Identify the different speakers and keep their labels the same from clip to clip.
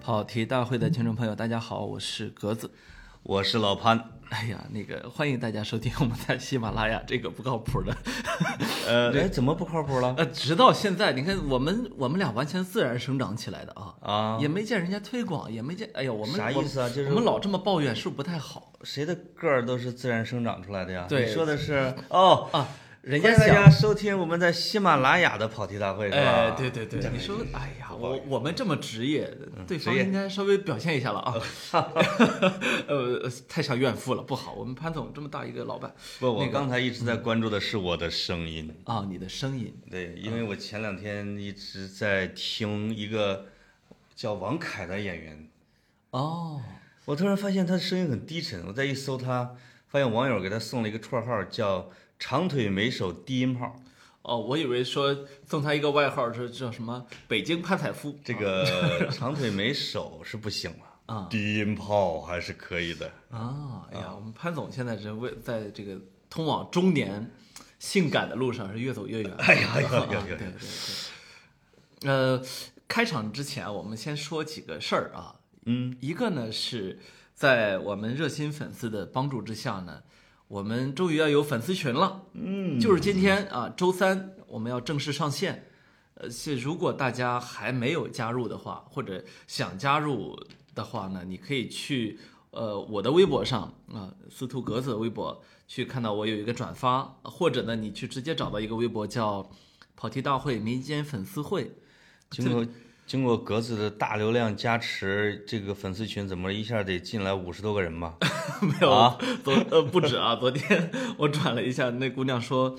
Speaker 1: 跑题大会的听众朋友，大家好，我是格子。
Speaker 2: 我是老潘，
Speaker 1: 哎呀，那个欢迎大家收听我们在喜马拉雅这个不靠谱的，
Speaker 2: 呃，哎，怎么不靠谱了？
Speaker 1: 呃，直到现在，你看我们我们俩完全自然生长起来的啊，
Speaker 2: 啊，
Speaker 1: 也没见人家推广，也没见，哎呀，我们
Speaker 2: 啥意思啊就是
Speaker 1: 我们老这么抱怨是不是不太好
Speaker 2: 谁的个儿都是自然生长出来的呀？
Speaker 1: 对
Speaker 2: 你说的是哦，
Speaker 1: 啊？人家
Speaker 2: 欢迎大
Speaker 1: 想，
Speaker 2: 家收听我们在喜马拉雅的跑题大会，是吧？
Speaker 1: 哎，对对对，你说，哎呀，我我们这么职业，对方
Speaker 2: 嗯职业哦
Speaker 1: 应该稍微表现一下了啊， 呃，太像怨妇了，不好，我们潘总这么大一个老板
Speaker 2: 不，我刚才一直在关注的是我的声音，
Speaker 1: 啊，你的声音
Speaker 2: 对，因为我前两天一直在听一个叫王凯的演员，
Speaker 1: 哦，
Speaker 2: 我突然发现他的声音很低沉，我再一搜他，发现网友给他送了一个绰号叫“长腿没手低音炮”。
Speaker 1: 哦，我以为说送他一个外号是叫什么“北京潘采夫”
Speaker 2: 这 个长腿没手是不行了
Speaker 1: 啊
Speaker 2: 低音炮还是可以的。
Speaker 1: 啊。哎呀，我们潘总现在是为在这个通往中年性感的路上是越走越远。
Speaker 2: 哎呀哎呀
Speaker 1: 啊
Speaker 2: 哎呀哎呀
Speaker 1: 对对对。呃，开场之前我们先说几个事儿啊。
Speaker 2: 嗯，
Speaker 1: 一个呢是在我们热心粉丝的帮助之下呢，我们终于要有粉丝群了。
Speaker 2: 嗯，
Speaker 1: 就是今天啊，周三我们要正式上线。呃，是如果大家还没有加入的话，或者想加入的话呢，你可以去呃我的微博上啊、司徒格子的微博去看到我有一个转发，呃或者呢，你去直接找到一个微博叫“跑题大会民间粉丝会。
Speaker 2: 经过经过格子的大流量加持，这个粉丝群怎么一下得进来五十多个人吧？”
Speaker 1: 没有，
Speaker 2: 啊
Speaker 1: 昨呃不止啊，昨天我转了一下，那姑娘说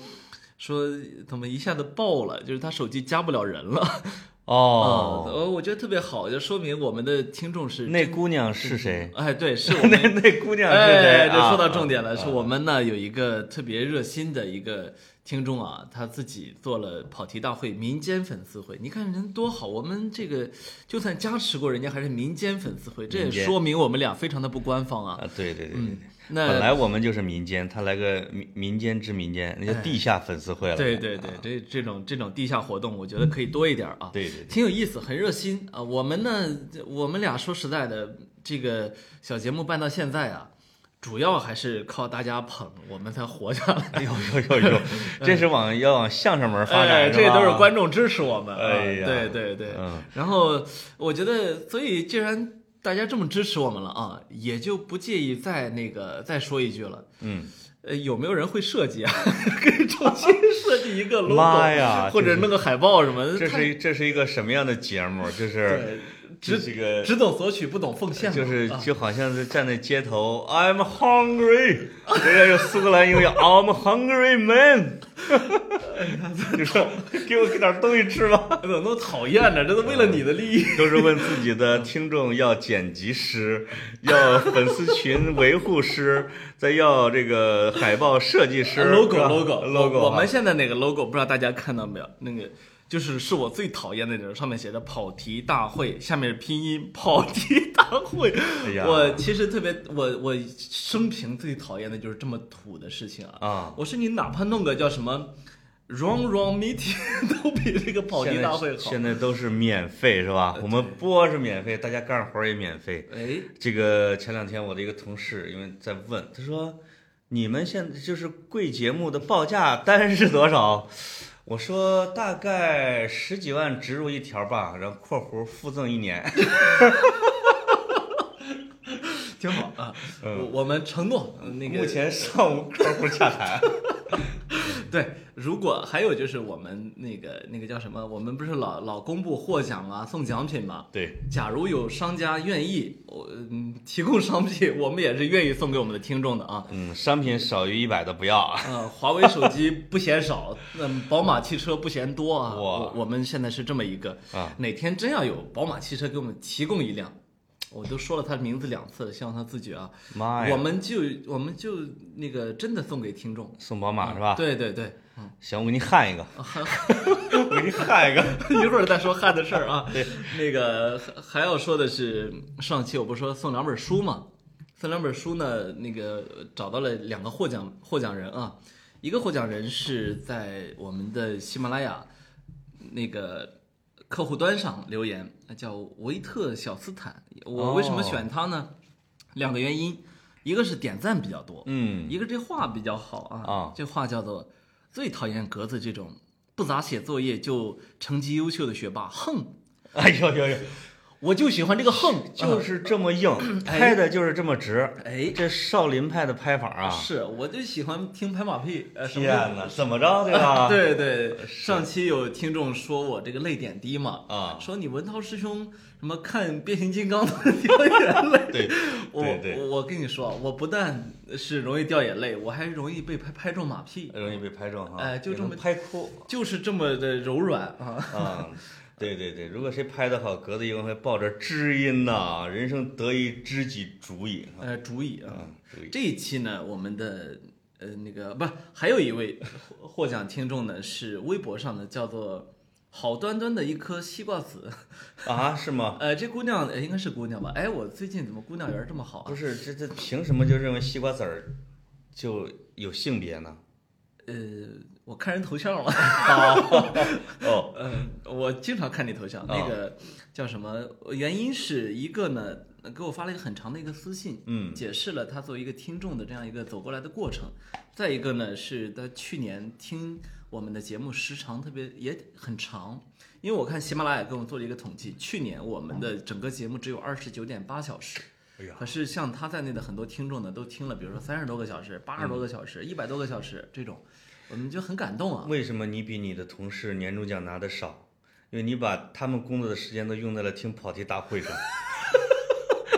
Speaker 1: 说怎么一下子爆了，就是她手机加不了人了。哦，
Speaker 2: 哦，
Speaker 1: 呃，我觉得特别好，就说明我们的听众是
Speaker 2: 那姑娘是谁？
Speaker 1: 哎，对， 是我
Speaker 2: 那
Speaker 1: 们
Speaker 2: 那姑娘是
Speaker 1: 哎，
Speaker 2: 谁？
Speaker 1: 这
Speaker 2: 啊
Speaker 1: 说到重点了，是我们呢有一个特别热心的一个听众啊，他自己做了跑题大会民间粉丝会，你看人多好，我们这个就算加持过人家，还是民间粉丝会，这也
Speaker 2: 民间
Speaker 1: 说明我们俩非常的不官方啊。
Speaker 2: 啊，对对对对。本
Speaker 1: 那
Speaker 2: 来我们就是民间，他来个民民间之民间，那叫地下粉丝会了。
Speaker 1: 对对对，这这种这种地下活动，我觉得可以多一点儿啊。
Speaker 2: 嗯对对 对，
Speaker 1: 挺有意思，很热心啊。我们呢，这我们俩说实在的，这个小节目办到现在啊，主要还是靠大家捧，我们才活下来。
Speaker 2: 哎呦呦 呦呦，这是往要往相声门发
Speaker 1: 哎，
Speaker 2: 展，
Speaker 1: 这都是
Speaker 2: 吧
Speaker 1: 观众支持我们。啊
Speaker 2: 哎呀
Speaker 1: 对对对。
Speaker 2: 嗯
Speaker 1: 然后我觉得，所以既然大家这么支持我们了啊，也就不介意再那个再说一句了。
Speaker 2: 嗯。
Speaker 1: 呃，有没有人会设计啊？ 可以重新设计一个 logo，
Speaker 2: 妈呀
Speaker 1: 或者
Speaker 2: 这是
Speaker 1: 弄个海报什么的。
Speaker 2: 这
Speaker 1: 太
Speaker 2: 是一这是一个什么样的节目？就是
Speaker 1: 对
Speaker 2: 这
Speaker 1: 只
Speaker 2: 这个
Speaker 1: 只懂索取，不懂奉献嘛。
Speaker 2: 就是
Speaker 1: 啊
Speaker 2: 就好像是站在街头，I'm hungry，人 家有苏格兰英语，I'm hungry man，就说给我给点东西吃吧，
Speaker 1: 怎么那么讨厌呢？这都为了你的利益。
Speaker 2: 都是问自己的听众要剪辑师，要粉丝群维护师，再要这个海报设计师
Speaker 1: 呃 logo
Speaker 2: 是吧
Speaker 1: logo
Speaker 2: logo，
Speaker 1: 我们
Speaker 2: 哈
Speaker 1: 现在那个 logo 不知道大家看到没有？那个就是是我最讨厌的那种，上面写着“跑题大会”，下面是拼音“跑题大会”
Speaker 2: 哎呀
Speaker 1: 我其实特别，我我生平最讨厌的就是这么土的事情啊！
Speaker 2: 啊
Speaker 1: 我说你哪怕弄个叫什么 “wrong wrong meeting”，都 比这个跑
Speaker 2: 现
Speaker 1: 题
Speaker 2: 在
Speaker 1: 大会呃好。
Speaker 2: 现在都是免费是吧？我们播是免费，大家干活也免费。
Speaker 1: 哎，
Speaker 2: 这个前两天我的一个同事因为在问，他说你们现在就是贵节目的报价单是多少？我说大概十几万植入一条吧，然后（括弧）附赠一年。
Speaker 1: 挺好啊！我我们承诺呃那个
Speaker 2: 嗯 目前尚无客户洽 谈。
Speaker 1: 对，如果还有就是我们那个那个叫什么，我们不是老老公布获奖啊，送奖品嘛。
Speaker 2: 对，
Speaker 1: 假如有商家愿意，我、嗯、提供商品，我们也是愿意送给我们的听众的啊。
Speaker 2: 嗯，商品少于一百的不要啊。
Speaker 1: 呃，华为手机不嫌 少，嗯，宝马汽车不嫌多啊。
Speaker 2: 哇
Speaker 1: 我我们现在是这么一个
Speaker 2: 啊，
Speaker 1: 哪天真要有宝马汽车给我们提供一辆，我都说了他的名字两次了，希望他自觉啊。
Speaker 2: 妈呀，
Speaker 1: 我们就我们就那个真的送给听众
Speaker 2: 送宝马是吧？
Speaker 1: 嗯对哦对对，
Speaker 2: 行，我给你焊一个， 我给你焊一个。
Speaker 1: 一会儿再说汉的事儿啊。对，那个还还要说的是，上期我不是说送两本书嘛，送两本书呢，那个呃找到了两个获奖获奖人啊，一个获奖人是在我们的喜马拉雅那个客户端上留言，那叫维特小斯坦。我
Speaker 2: 哦
Speaker 1: 为什么选他呢？两个原因，一个是点赞比较多，
Speaker 2: 嗯，
Speaker 1: 一个这话比较好啊。
Speaker 2: 啊
Speaker 1: 这话叫做“最讨厌格子这种不咋写作业就成绩优秀的学霸”。哼，
Speaker 2: 哎呦呦
Speaker 1: 哦
Speaker 2: 呦，
Speaker 1: 我就喜欢这个哼，
Speaker 2: 就
Speaker 1: 就是
Speaker 2: 这么硬，
Speaker 1: 哎
Speaker 2: 拍的就是这么直。
Speaker 1: 哎，
Speaker 2: 这少林派的拍法 啊，
Speaker 1: 是我就喜欢听拍马屁。呃，什么啊
Speaker 2: 天哪，怎么着对吧？
Speaker 1: 对对，上期有听众说我这个泪点低嘛，
Speaker 2: 啊
Speaker 1: 说你文涛师兄什么看变形金刚都 掉眼泪，
Speaker 2: 对
Speaker 1: 我
Speaker 2: 对对
Speaker 1: 我我跟你说，啊我不但是容易掉眼泪，我还容易被拍拍中马屁，
Speaker 2: 容易被拍中哈。
Speaker 1: 哎就这么
Speaker 2: 有人 拍哭
Speaker 1: 就是这么的柔软啊。
Speaker 2: 啊。对对对，如果谁拍的好，格子一定会抱着知音呐、人生得一知己足矣
Speaker 1: 呃，主意啊，
Speaker 2: 啊，足矣。
Speaker 1: 这一期呢，我们的呃那个不，还有一位获获奖听众呢是微博上的，叫做好端端的一颗西瓜子。
Speaker 2: 啊，是吗？
Speaker 1: 呃，这姑娘呃应该是姑娘吧？哎，我最近怎么姑娘缘这么好啊？
Speaker 2: 不是，这这凭什么就认为西瓜籽儿就有性别呢？
Speaker 1: 呃，我看人头像了。
Speaker 2: 哦，
Speaker 1: 嗯，我经常看你头像，那个叫什么？原因是一个呢，呃给我发了一个很长的一个私信，
Speaker 2: 嗯
Speaker 1: 解释了他作为一个听众的这样一个走过来的过程。再一个呢，是他去年听我们的节目时长特别也很长，因为我看喜马拉雅给我们做了一个统计，去年我们的整个节目只有二十九点八小时。
Speaker 2: 哎呀，
Speaker 1: 可是像他在内的很多听众呢，都听了，比如说三十多个小
Speaker 2: 嗯
Speaker 1: 时、八十多个小时、一百多个小时这种，我们就很感动啊。
Speaker 2: 为什么你比你的同事年终奖拿的少？因为你把他们工作的时间都用在了听跑题大 会上，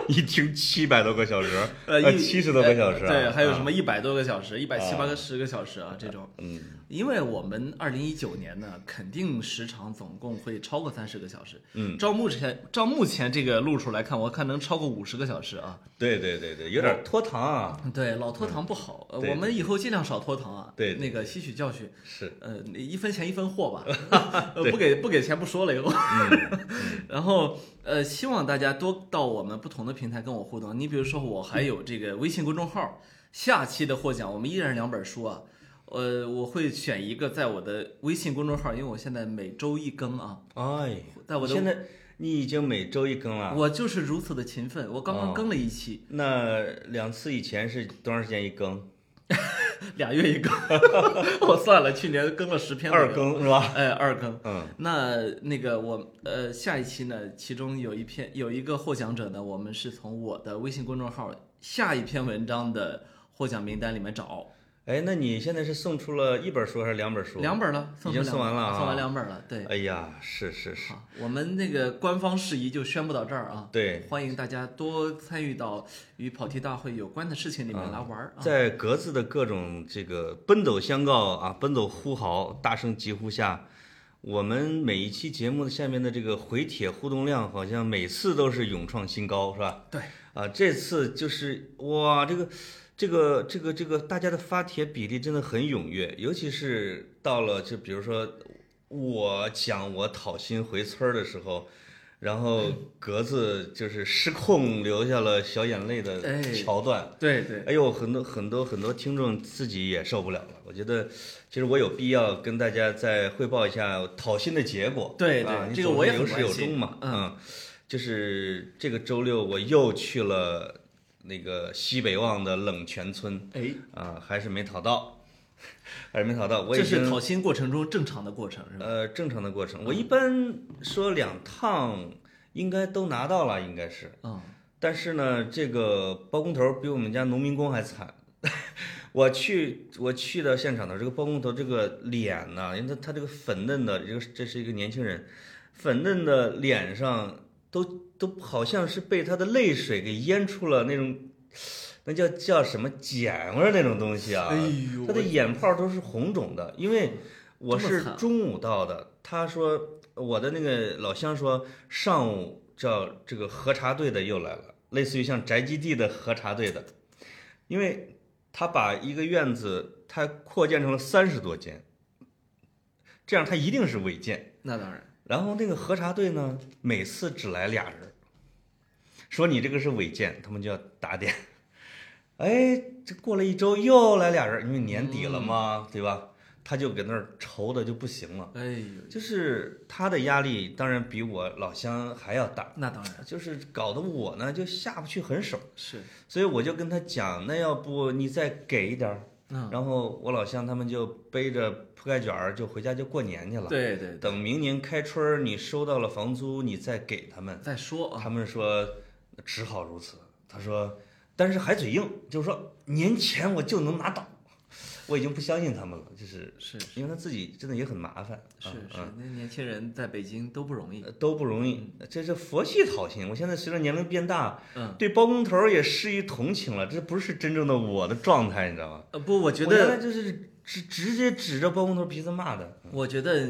Speaker 2: 一听七百多个小时，
Speaker 1: 呃一
Speaker 2: 七十多个小
Speaker 1: 呃
Speaker 2: 时、啊
Speaker 1: 对，还有什？么
Speaker 2: 啊
Speaker 1: 一百多个小时、一百七八
Speaker 2: 啊
Speaker 1: 个十个小时啊这种。
Speaker 2: 嗯
Speaker 1: 因为我们二零一九年呢，肯定时长总共会超过三十个小时。
Speaker 2: 嗯，
Speaker 1: 照目前照目前这个路数来看，我看能超过五十个小时啊。
Speaker 2: 对对对对，有点拖堂啊，
Speaker 1: 对，老拖堂不好，呃
Speaker 2: 对
Speaker 1: 我们以后尽量少拖堂啊。
Speaker 2: 对对
Speaker 1: 那个吸取教训。
Speaker 2: 是，
Speaker 1: 呃，一分钱一分货 吧，呃，不给不给钱不说了以后。
Speaker 2: 嗯
Speaker 1: 然后呃，希望大家多到我们不同的平台跟我互动。你比如说，我还有这个微信公众号，下期的获奖我们依然是两本书啊。呃，我会选一个在我的微信公众号，因为我现在每周一更啊，
Speaker 2: 哎，
Speaker 1: 在我的
Speaker 2: 现在你已经每周一更了，
Speaker 1: 我就是如此的勤奋。我刚
Speaker 2: 哦
Speaker 1: 刚更了一期，
Speaker 2: 那两次以前是多长时间一更？
Speaker 1: 俩月一更， 我算了，去年更了十篇左右
Speaker 2: 二，更是吧？
Speaker 1: 哎，二更。
Speaker 2: 嗯，
Speaker 1: 那那个我呃下一期呢，其中有一篇有一个获奖者呢，我们是从我的微信公众号下一篇文章的获奖名单里面找，
Speaker 2: 哎，那你现在是送出了一本书还是两本书？
Speaker 1: 两本了，送
Speaker 2: 已经
Speaker 1: 出两
Speaker 2: 送完了啊
Speaker 1: 送完两本了，对。
Speaker 2: 哎呀，是是是，
Speaker 1: 好，我们那个官方事宜就宣布到这儿啊。
Speaker 2: 对，
Speaker 1: 欢迎大家多参与到与跑题大会有关的事情里面来玩儿啊。
Speaker 2: 嗯在格子的各种这个奔走相告啊，奔走呼号、大声疾呼下，我们每一期节目的下面的这个回帖互动量，好像每次都是勇创新高，是吧？
Speaker 1: 对，
Speaker 2: 啊，这次就是哇，这个。这个这个这个，大家的发帖比例真的很踊跃，尤其是到了就比如说我讲我讨薪回村儿的时候，然后格子就是失控流下了小眼泪
Speaker 1: 哎
Speaker 2: 的桥段，
Speaker 1: 对对，
Speaker 2: 哎呦，很多很多很多听众自己也受不了了。我觉得，其实我有必要跟大家再汇报一下讨薪的结果。
Speaker 1: 对对
Speaker 2: 啊、你
Speaker 1: 这个
Speaker 2: 总
Speaker 1: 我也
Speaker 2: 有
Speaker 1: 很
Speaker 2: 始
Speaker 1: 关
Speaker 2: 有
Speaker 1: 心
Speaker 2: 终嘛。
Speaker 1: 嗯
Speaker 2: 嗯，就是这个周六我又去了那个西北旺的冷泉村
Speaker 1: 哎，
Speaker 2: 啊，还是没讨到， 还是没讨到。我已
Speaker 1: 这
Speaker 2: 经
Speaker 1: 是讨薪过程中正常的过程是吧？嗯
Speaker 2: 呃正常的过程。我一般说两趟应该都拿到了，应该是。
Speaker 1: 嗯，
Speaker 2: 但是呢，这个包工头比我们家农民工还惨。 我去，我去到现场的时候这个包工头这个脸呐，因为他他这个粉嫩的，这个这是一个年轻人，粉嫩的脸上都都好像是被他的泪水给淹出了那种，那叫叫什么碱味儿那种东西啊。
Speaker 1: 哎呦
Speaker 2: 他的眼泡都是红肿的，因为我
Speaker 1: 这
Speaker 2: 是
Speaker 1: 么惨啊
Speaker 2: 中午到的。他说我的那个老乡说上午叫这个核查队的又来了，类似于像宅基地的核查队的，因为他把一个院子他扩建成了三十多间，这样他一定是违建。
Speaker 1: 那当然，
Speaker 2: 然后那个核查队呢，每次只来俩人儿，说你这个是违建，他们就要打点。 哎，这过了一周又来俩人儿，因为年底了嘛，对吧？他就搁那儿愁的就不行了。
Speaker 1: 哎呦，
Speaker 2: 就是他的压力当然比我老乡还要大，
Speaker 1: 那当然
Speaker 2: 就是搞得我呢就下不去狠手，
Speaker 1: 是，
Speaker 2: 所以我就跟他讲，那要不你再给一点儿，
Speaker 1: 嗯，
Speaker 2: 然后我老乡他们就背着铺盖卷儿就回家就过年去了。
Speaker 1: 对对，
Speaker 2: 等明年开春儿你收到了房租，你再给他们。
Speaker 1: 再说啊，
Speaker 2: 他们说只好如此。他说，但是还嘴硬，就是说年前我就能拿到，我已经不相信他们了，就是
Speaker 1: 是
Speaker 2: 因为他自己真的也很麻烦，
Speaker 1: 是
Speaker 2: 啊
Speaker 1: 是，那年轻人在北京都不容易，
Speaker 2: 呃都不容易，这是佛系讨薪。我现在随着年龄变大，
Speaker 1: 嗯，
Speaker 2: 对包工头儿也失于同情了，这不是真正的我的状态，你知道吗？
Speaker 1: 呃，不，我觉
Speaker 2: 原
Speaker 1: 得，
Speaker 2: 来就是直直接指着包工头鼻子骂的，
Speaker 1: 我觉得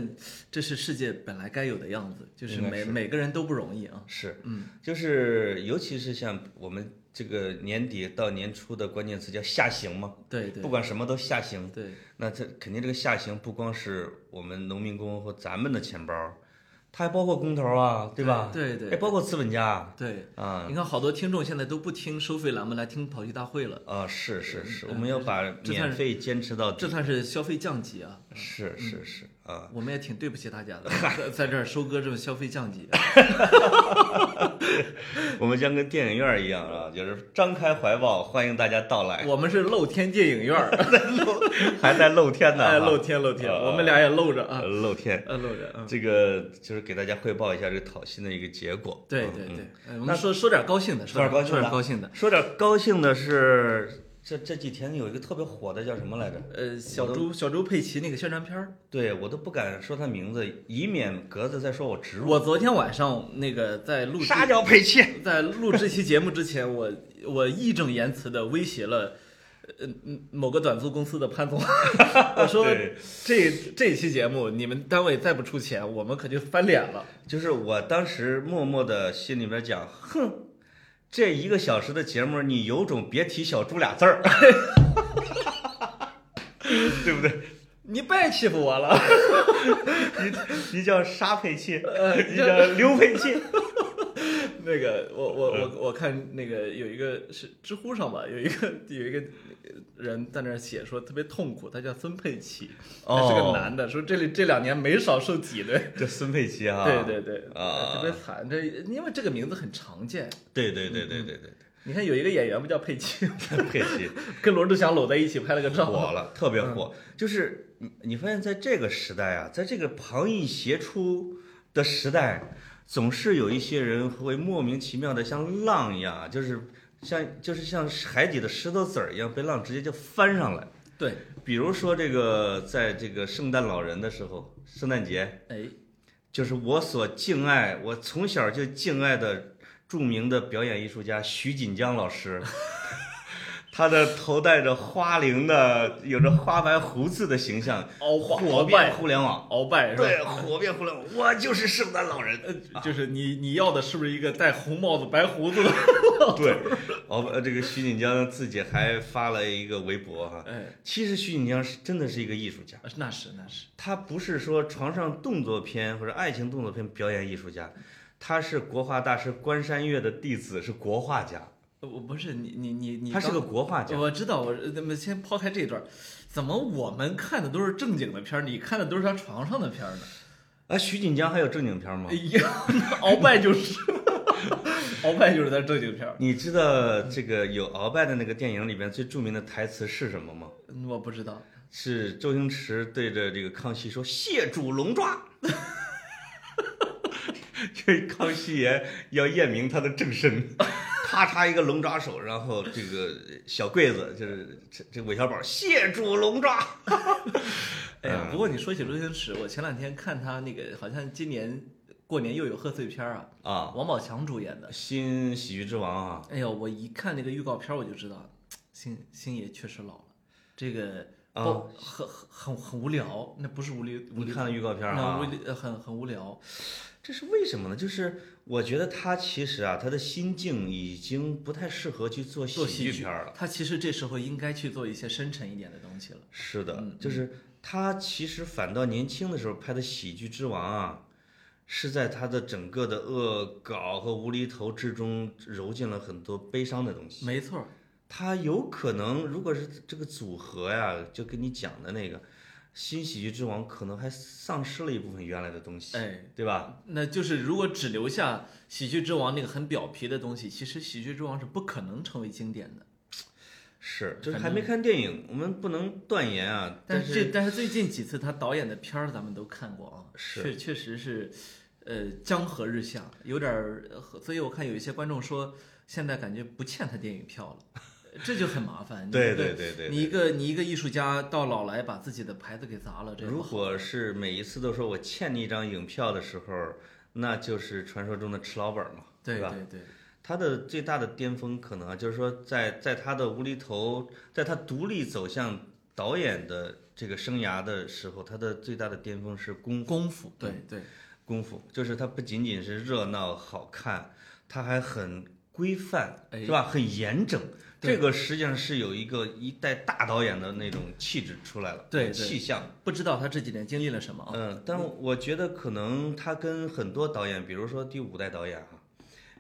Speaker 1: 这是世界本来该有的样子，就是
Speaker 2: 应该
Speaker 1: 每
Speaker 2: 是
Speaker 1: 每个人都不容易啊，
Speaker 2: 是，
Speaker 1: 嗯，
Speaker 2: 就是尤其是像我们这个年底到年初的关键词叫下行嘛，
Speaker 1: 对对
Speaker 2: 不管什么都下行。
Speaker 1: 对，
Speaker 2: 那这肯定这个下行不光是我们农民工或咱们的钱包，它还包括工头啊，对吧？
Speaker 1: 对
Speaker 2: 哎，
Speaker 1: 对
Speaker 2: 包括资本家
Speaker 1: 对，
Speaker 2: 啊
Speaker 1: 你看好多听众现在都不听收费栏目来听跑题大会了，
Speaker 2: 啊，是是是，
Speaker 1: 嗯
Speaker 2: 我们要把
Speaker 1: 这算
Speaker 2: 免费坚持到
Speaker 1: 这
Speaker 2: 底。
Speaker 1: 算是消费降级啊，
Speaker 2: 是是是啊，
Speaker 1: 我们也挺对不起大家的，在在这儿收割这种消费降级，
Speaker 2: 我们将跟电影院一样啊，就是张开怀抱，欢迎大家到 来，
Speaker 1: 我们是露天电影院儿，
Speaker 2: 还在露天呢，
Speaker 1: 哎，
Speaker 2: 哈
Speaker 1: 露天露天，
Speaker 2: 啊
Speaker 1: 我们俩也露着啊
Speaker 2: 呃，露天。
Speaker 1: 呃，露着，嗯，
Speaker 2: 这个就是给大家汇报一下这个讨薪的一个结果。
Speaker 1: 对
Speaker 2: 嗯
Speaker 1: 对
Speaker 2: 嗯
Speaker 1: 对，哎我们说说点高兴的，
Speaker 2: 说点
Speaker 1: 高
Speaker 2: 高
Speaker 1: 说
Speaker 2: 兴的
Speaker 1: 点高兴的，
Speaker 2: 说点高兴的是，这这几天有一个特别火的叫什么来着？
Speaker 1: 呃，小猪小猪佩奇那个宣传片儿。
Speaker 2: 对我都不敢说他名字，以免格子再说我植入。
Speaker 1: 我昨天晚上那个在录
Speaker 2: 沙雕佩奇，
Speaker 1: 在录这期节目之前，我我义正言辞的威胁了，呃嗯某个短租公司的潘总， 我说
Speaker 2: 对
Speaker 1: 这这期节目你们单位再不出钱，我们可就翻脸了。
Speaker 2: 就是我当时默默的心里边讲，哼，这一个小时的节目，你有种别提小猪俩 字儿，对不对？
Speaker 1: 你别欺负我了，
Speaker 2: 你你叫沙佩奇，
Speaker 1: 呃
Speaker 2: 你 叫刘佩奇，
Speaker 1: 那个我我
Speaker 2: 嗯
Speaker 1: 我我看那个有一个是知乎上吧，有一个有一个人在那儿写说特别痛苦，他叫孙佩奇，他是个
Speaker 2: 哦
Speaker 1: 男的，说这里这两年没少受挤兑。
Speaker 2: 叫孙佩奇啊，
Speaker 1: 对对对，
Speaker 2: 啊
Speaker 1: 特别惨。这因为这个名字很常见，
Speaker 2: 对对对对对对
Speaker 1: 你看有一个演员不叫佩奇，
Speaker 2: 对，佩奇。
Speaker 1: 跟罗志祥搂在一起拍了个照。
Speaker 2: 火了，特别火。就是你你发现在这个时代啊，在这个旁逸斜出的时代，总是有一些人会莫名其妙的像浪一样，啊就是像就是像海底的石头子儿一样，被浪直接就翻上来。
Speaker 1: 对，
Speaker 2: 比如说这个，在这个圣诞老人的时候，圣诞节
Speaker 1: 哎，
Speaker 2: 就是我所敬爱，我从小就敬爱的著名的表演艺术家徐锦江 老师，他的头戴着花翎的、有着花白胡子的形象，
Speaker 1: 鳌拜，
Speaker 2: 火
Speaker 1: 鳌
Speaker 2: 遍
Speaker 1: 拜，
Speaker 2: 互联网。
Speaker 1: 鳌拜是吧？
Speaker 2: 对，火遍互联网，我就是圣诞老人。
Speaker 1: 呃，就是你你要的是不是一个戴红帽子白胡子的？
Speaker 2: 对，哦，呃这个徐锦江自己还发了一个微博哈。
Speaker 1: 哎，啊
Speaker 2: 其实徐锦江是真的是一个艺术家，
Speaker 1: 那是那是，
Speaker 2: 他不是说床上动作片或者爱情动作片表演艺术家，他是国画大师关山月的弟子，是国画家，
Speaker 1: 我不是你你你你，
Speaker 2: 他是个国画
Speaker 1: 刚。哦
Speaker 2: 家。
Speaker 1: 我知道，我咱们先抛开这段儿，怎么我们看的都是正经的片儿，你看的都是他床上的片儿呢？
Speaker 2: 啊，徐锦江还有正经片吗
Speaker 1: 哎？呀， 那鳌拜就是，鳌拜就是他正经片儿。
Speaker 2: 你知道这个有鳌拜的那个电影里边最著名的台词是什么吗？
Speaker 1: 嗯我不知道，
Speaker 2: 是周星驰对着这个康熙说：“谢主隆抓。” 这康熙爷要验明他的正身，咔嚓一个龙抓手，然后这个小柜子就是这这韦小宝谢主隆抓。
Speaker 1: 哎呀，
Speaker 2: 嗯
Speaker 1: 不过你说起周星驰，我前两天看他那个，好像今年过年又有贺岁片儿啊，
Speaker 2: 啊，
Speaker 1: 王宝强主演的。
Speaker 2: 新喜剧之王啊，
Speaker 1: 哎呦，我一看那个预告片儿，我就知道，星星爷确实老了，这个
Speaker 2: 啊
Speaker 1: 包很很很很无聊，那不是无聊，无
Speaker 2: 你
Speaker 1: 聊
Speaker 2: 看了预告片儿
Speaker 1: 那
Speaker 2: 啊
Speaker 1: 无？聊很很无聊。
Speaker 2: 这是为什么呢？就是我觉得他其实啊，他的心境已经不太适合去做
Speaker 1: 做
Speaker 2: 喜
Speaker 1: 喜
Speaker 2: 剧片儿了。
Speaker 1: 他其实这时候应该去做一些深沉一点的东西了。
Speaker 2: 是的
Speaker 1: 嗯，
Speaker 2: 就是他其实反倒年轻的时候拍的《喜剧之王》啊，是在他的整个的恶搞和无厘头之中揉进了很多悲伤的东西。
Speaker 1: 没错儿，
Speaker 2: 他有可能，如果是这个组合呀，就跟你讲的那个，新喜剧之王可能还丧失了一部分原来的东西，
Speaker 1: 哎，
Speaker 2: 对吧？
Speaker 1: 那就是如果只留下《喜剧之王》那个很表皮的东西，其实《喜剧之王》是不可能成为经典的。
Speaker 2: 是，就是
Speaker 1: 反
Speaker 2: 还没看电影，我们不能断言啊。
Speaker 1: 但
Speaker 2: 是
Speaker 1: 这但是最近几次他导演的片儿咱们都看过啊，
Speaker 2: 是
Speaker 1: 确确实是，呃，江河日下，有点儿，呃所以我看有一些观众说现在感觉不欠他电影票 了，这就很麻烦。你一
Speaker 2: 对
Speaker 1: 个
Speaker 2: 对对对，
Speaker 1: 你一个你一个艺术家到老来把自己的牌子给砸了，这个
Speaker 2: 如果是每一次都说我欠你一张影票的时候，那就是传说中的吃老本嘛，
Speaker 1: 对
Speaker 2: 吧？
Speaker 1: 对对，
Speaker 2: 他的最大的巅峰可能啊就是说在，在他的无厘头，在他独立走向导演的这个生涯的时候，他的最大的巅峰是功夫。
Speaker 1: 功夫，对对
Speaker 2: 功夫，就是它不仅仅是热闹好看，它还很规范，
Speaker 1: 哎
Speaker 2: 是吧？很严整。
Speaker 1: 对
Speaker 2: 这个实际上是有一个一代大导演的那种气质出来了，
Speaker 1: 对对
Speaker 2: 气象。
Speaker 1: 不知道他这几年经历了什么啊？
Speaker 2: 嗯，但我觉得可能他跟很多导演，比如说第五代导演啊，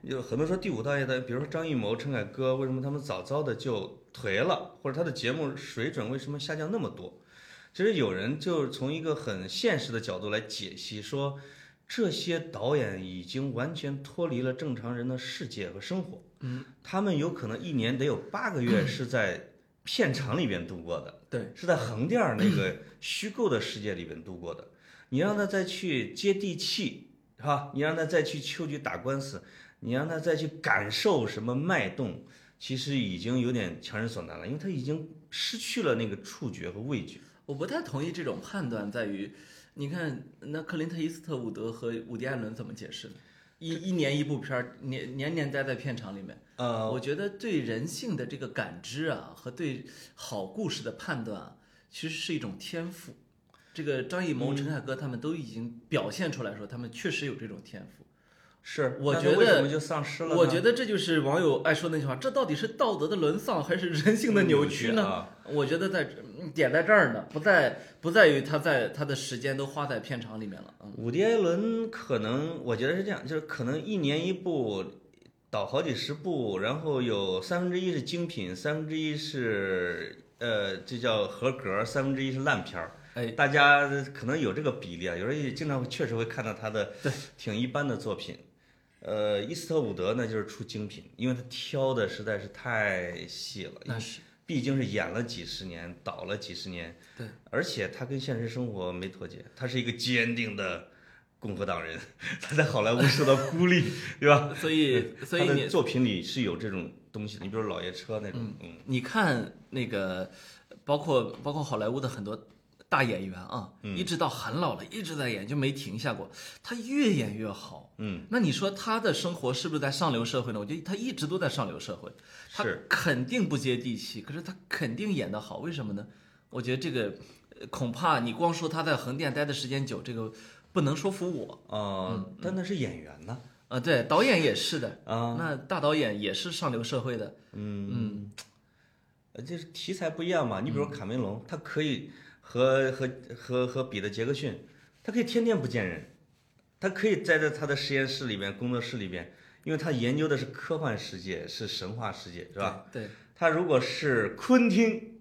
Speaker 2: 有很多说第五代的，比如说张艺谋、陈凯歌，为什么他们早早的就颓了，或者他的节目水准为什么下降那么多？其实有人就是从一个很现实的角度来解析说。这些导演已经完全脱离了正常人的世界和生活，嗯，他们有可能一年得有八个月是在片场里边度过的，
Speaker 1: 对，
Speaker 2: 是在横店儿那个虚构的世界里边度过的。你让他再去接地气，哈，你让他再去秋菊打官司，你让他再去感受什么脉动，其实已经有点强人所难了，因为他已经失去了那个触觉和味觉。
Speaker 1: 我不太同意这种判断，在于，你看那克林特·伊斯特伍德和伍迪·艾伦怎么解释呢？一一年一部片儿，年年年待在片场里面。
Speaker 2: 呃，
Speaker 1: 我觉得对人性的这个感知啊，和对好故事的判断啊，其实是一种天赋。这个张艺
Speaker 2: 嗯
Speaker 1: 谋、陈凯歌他们都已经表现出来说，他们确实有这种天赋。
Speaker 2: 是，
Speaker 1: 我
Speaker 2: 但
Speaker 1: 觉
Speaker 2: 他为
Speaker 1: 得
Speaker 2: 什么就丧失了呢？
Speaker 1: 我觉得这就是网友爱说那句话：这到底是道德的沦丧，还是人性的扭曲呢？
Speaker 2: 啊
Speaker 1: 我觉得在嗯点在这儿呢，不在不在于他在他的时间都花在片场里面了。嗯，
Speaker 2: 伍迪·艾伦可能，我觉得是这样，就是可能一年一部，导好几十部，然后有三分之一是精品，三分之一是呃，这叫合格，三分之一是烂片儿。
Speaker 1: 哎，
Speaker 2: 大家可能有这个比例啊，有时候也经常会确实会看到他的
Speaker 1: 对
Speaker 2: 挺一般的作品。呃，伊斯特伍德呢，就是出精品，因为他挑的实在是太细了，
Speaker 1: 那是
Speaker 2: 毕竟是演了几十年，导了几十年，
Speaker 1: 对，
Speaker 2: 而且他跟现实生活没脱节，他是一个坚定的共和党人，他在好莱坞受到孤立，对吧？
Speaker 1: 所以所以
Speaker 2: 他
Speaker 1: 你
Speaker 2: 的作品里是有这种东西的，你比如《老爷车》那种，嗯，
Speaker 1: 你看那个，包括包括好莱坞的很多大演员啊，一直到很老了，一直在演，就没停下过。他越演越好。
Speaker 2: 嗯，
Speaker 1: 那你说他的生活是不是在上流社会呢？我觉得他一直都在上流社会，他
Speaker 2: 是
Speaker 1: 肯定不接地气，可是他肯定演得好，为什么呢？我觉得这个呃恐怕你光说他在横店待的时间久，这个不能说服我。嗯
Speaker 2: 呃，但那是演员呢，
Speaker 1: 啊，对，导演也是的，
Speaker 2: 啊，
Speaker 1: 那大导演也是上流社会的，
Speaker 2: 嗯，呃，就是题材不一样嘛。你比
Speaker 1: 嗯
Speaker 2: 如卡梅隆，他可以和和和和彼得杰克逊，他可以天天不见人，他可以待在他的实验室里边、工作室里边，因为他研究的是科幻世界，是神话世界，是吧？
Speaker 1: 对？
Speaker 2: 他如果是昆汀，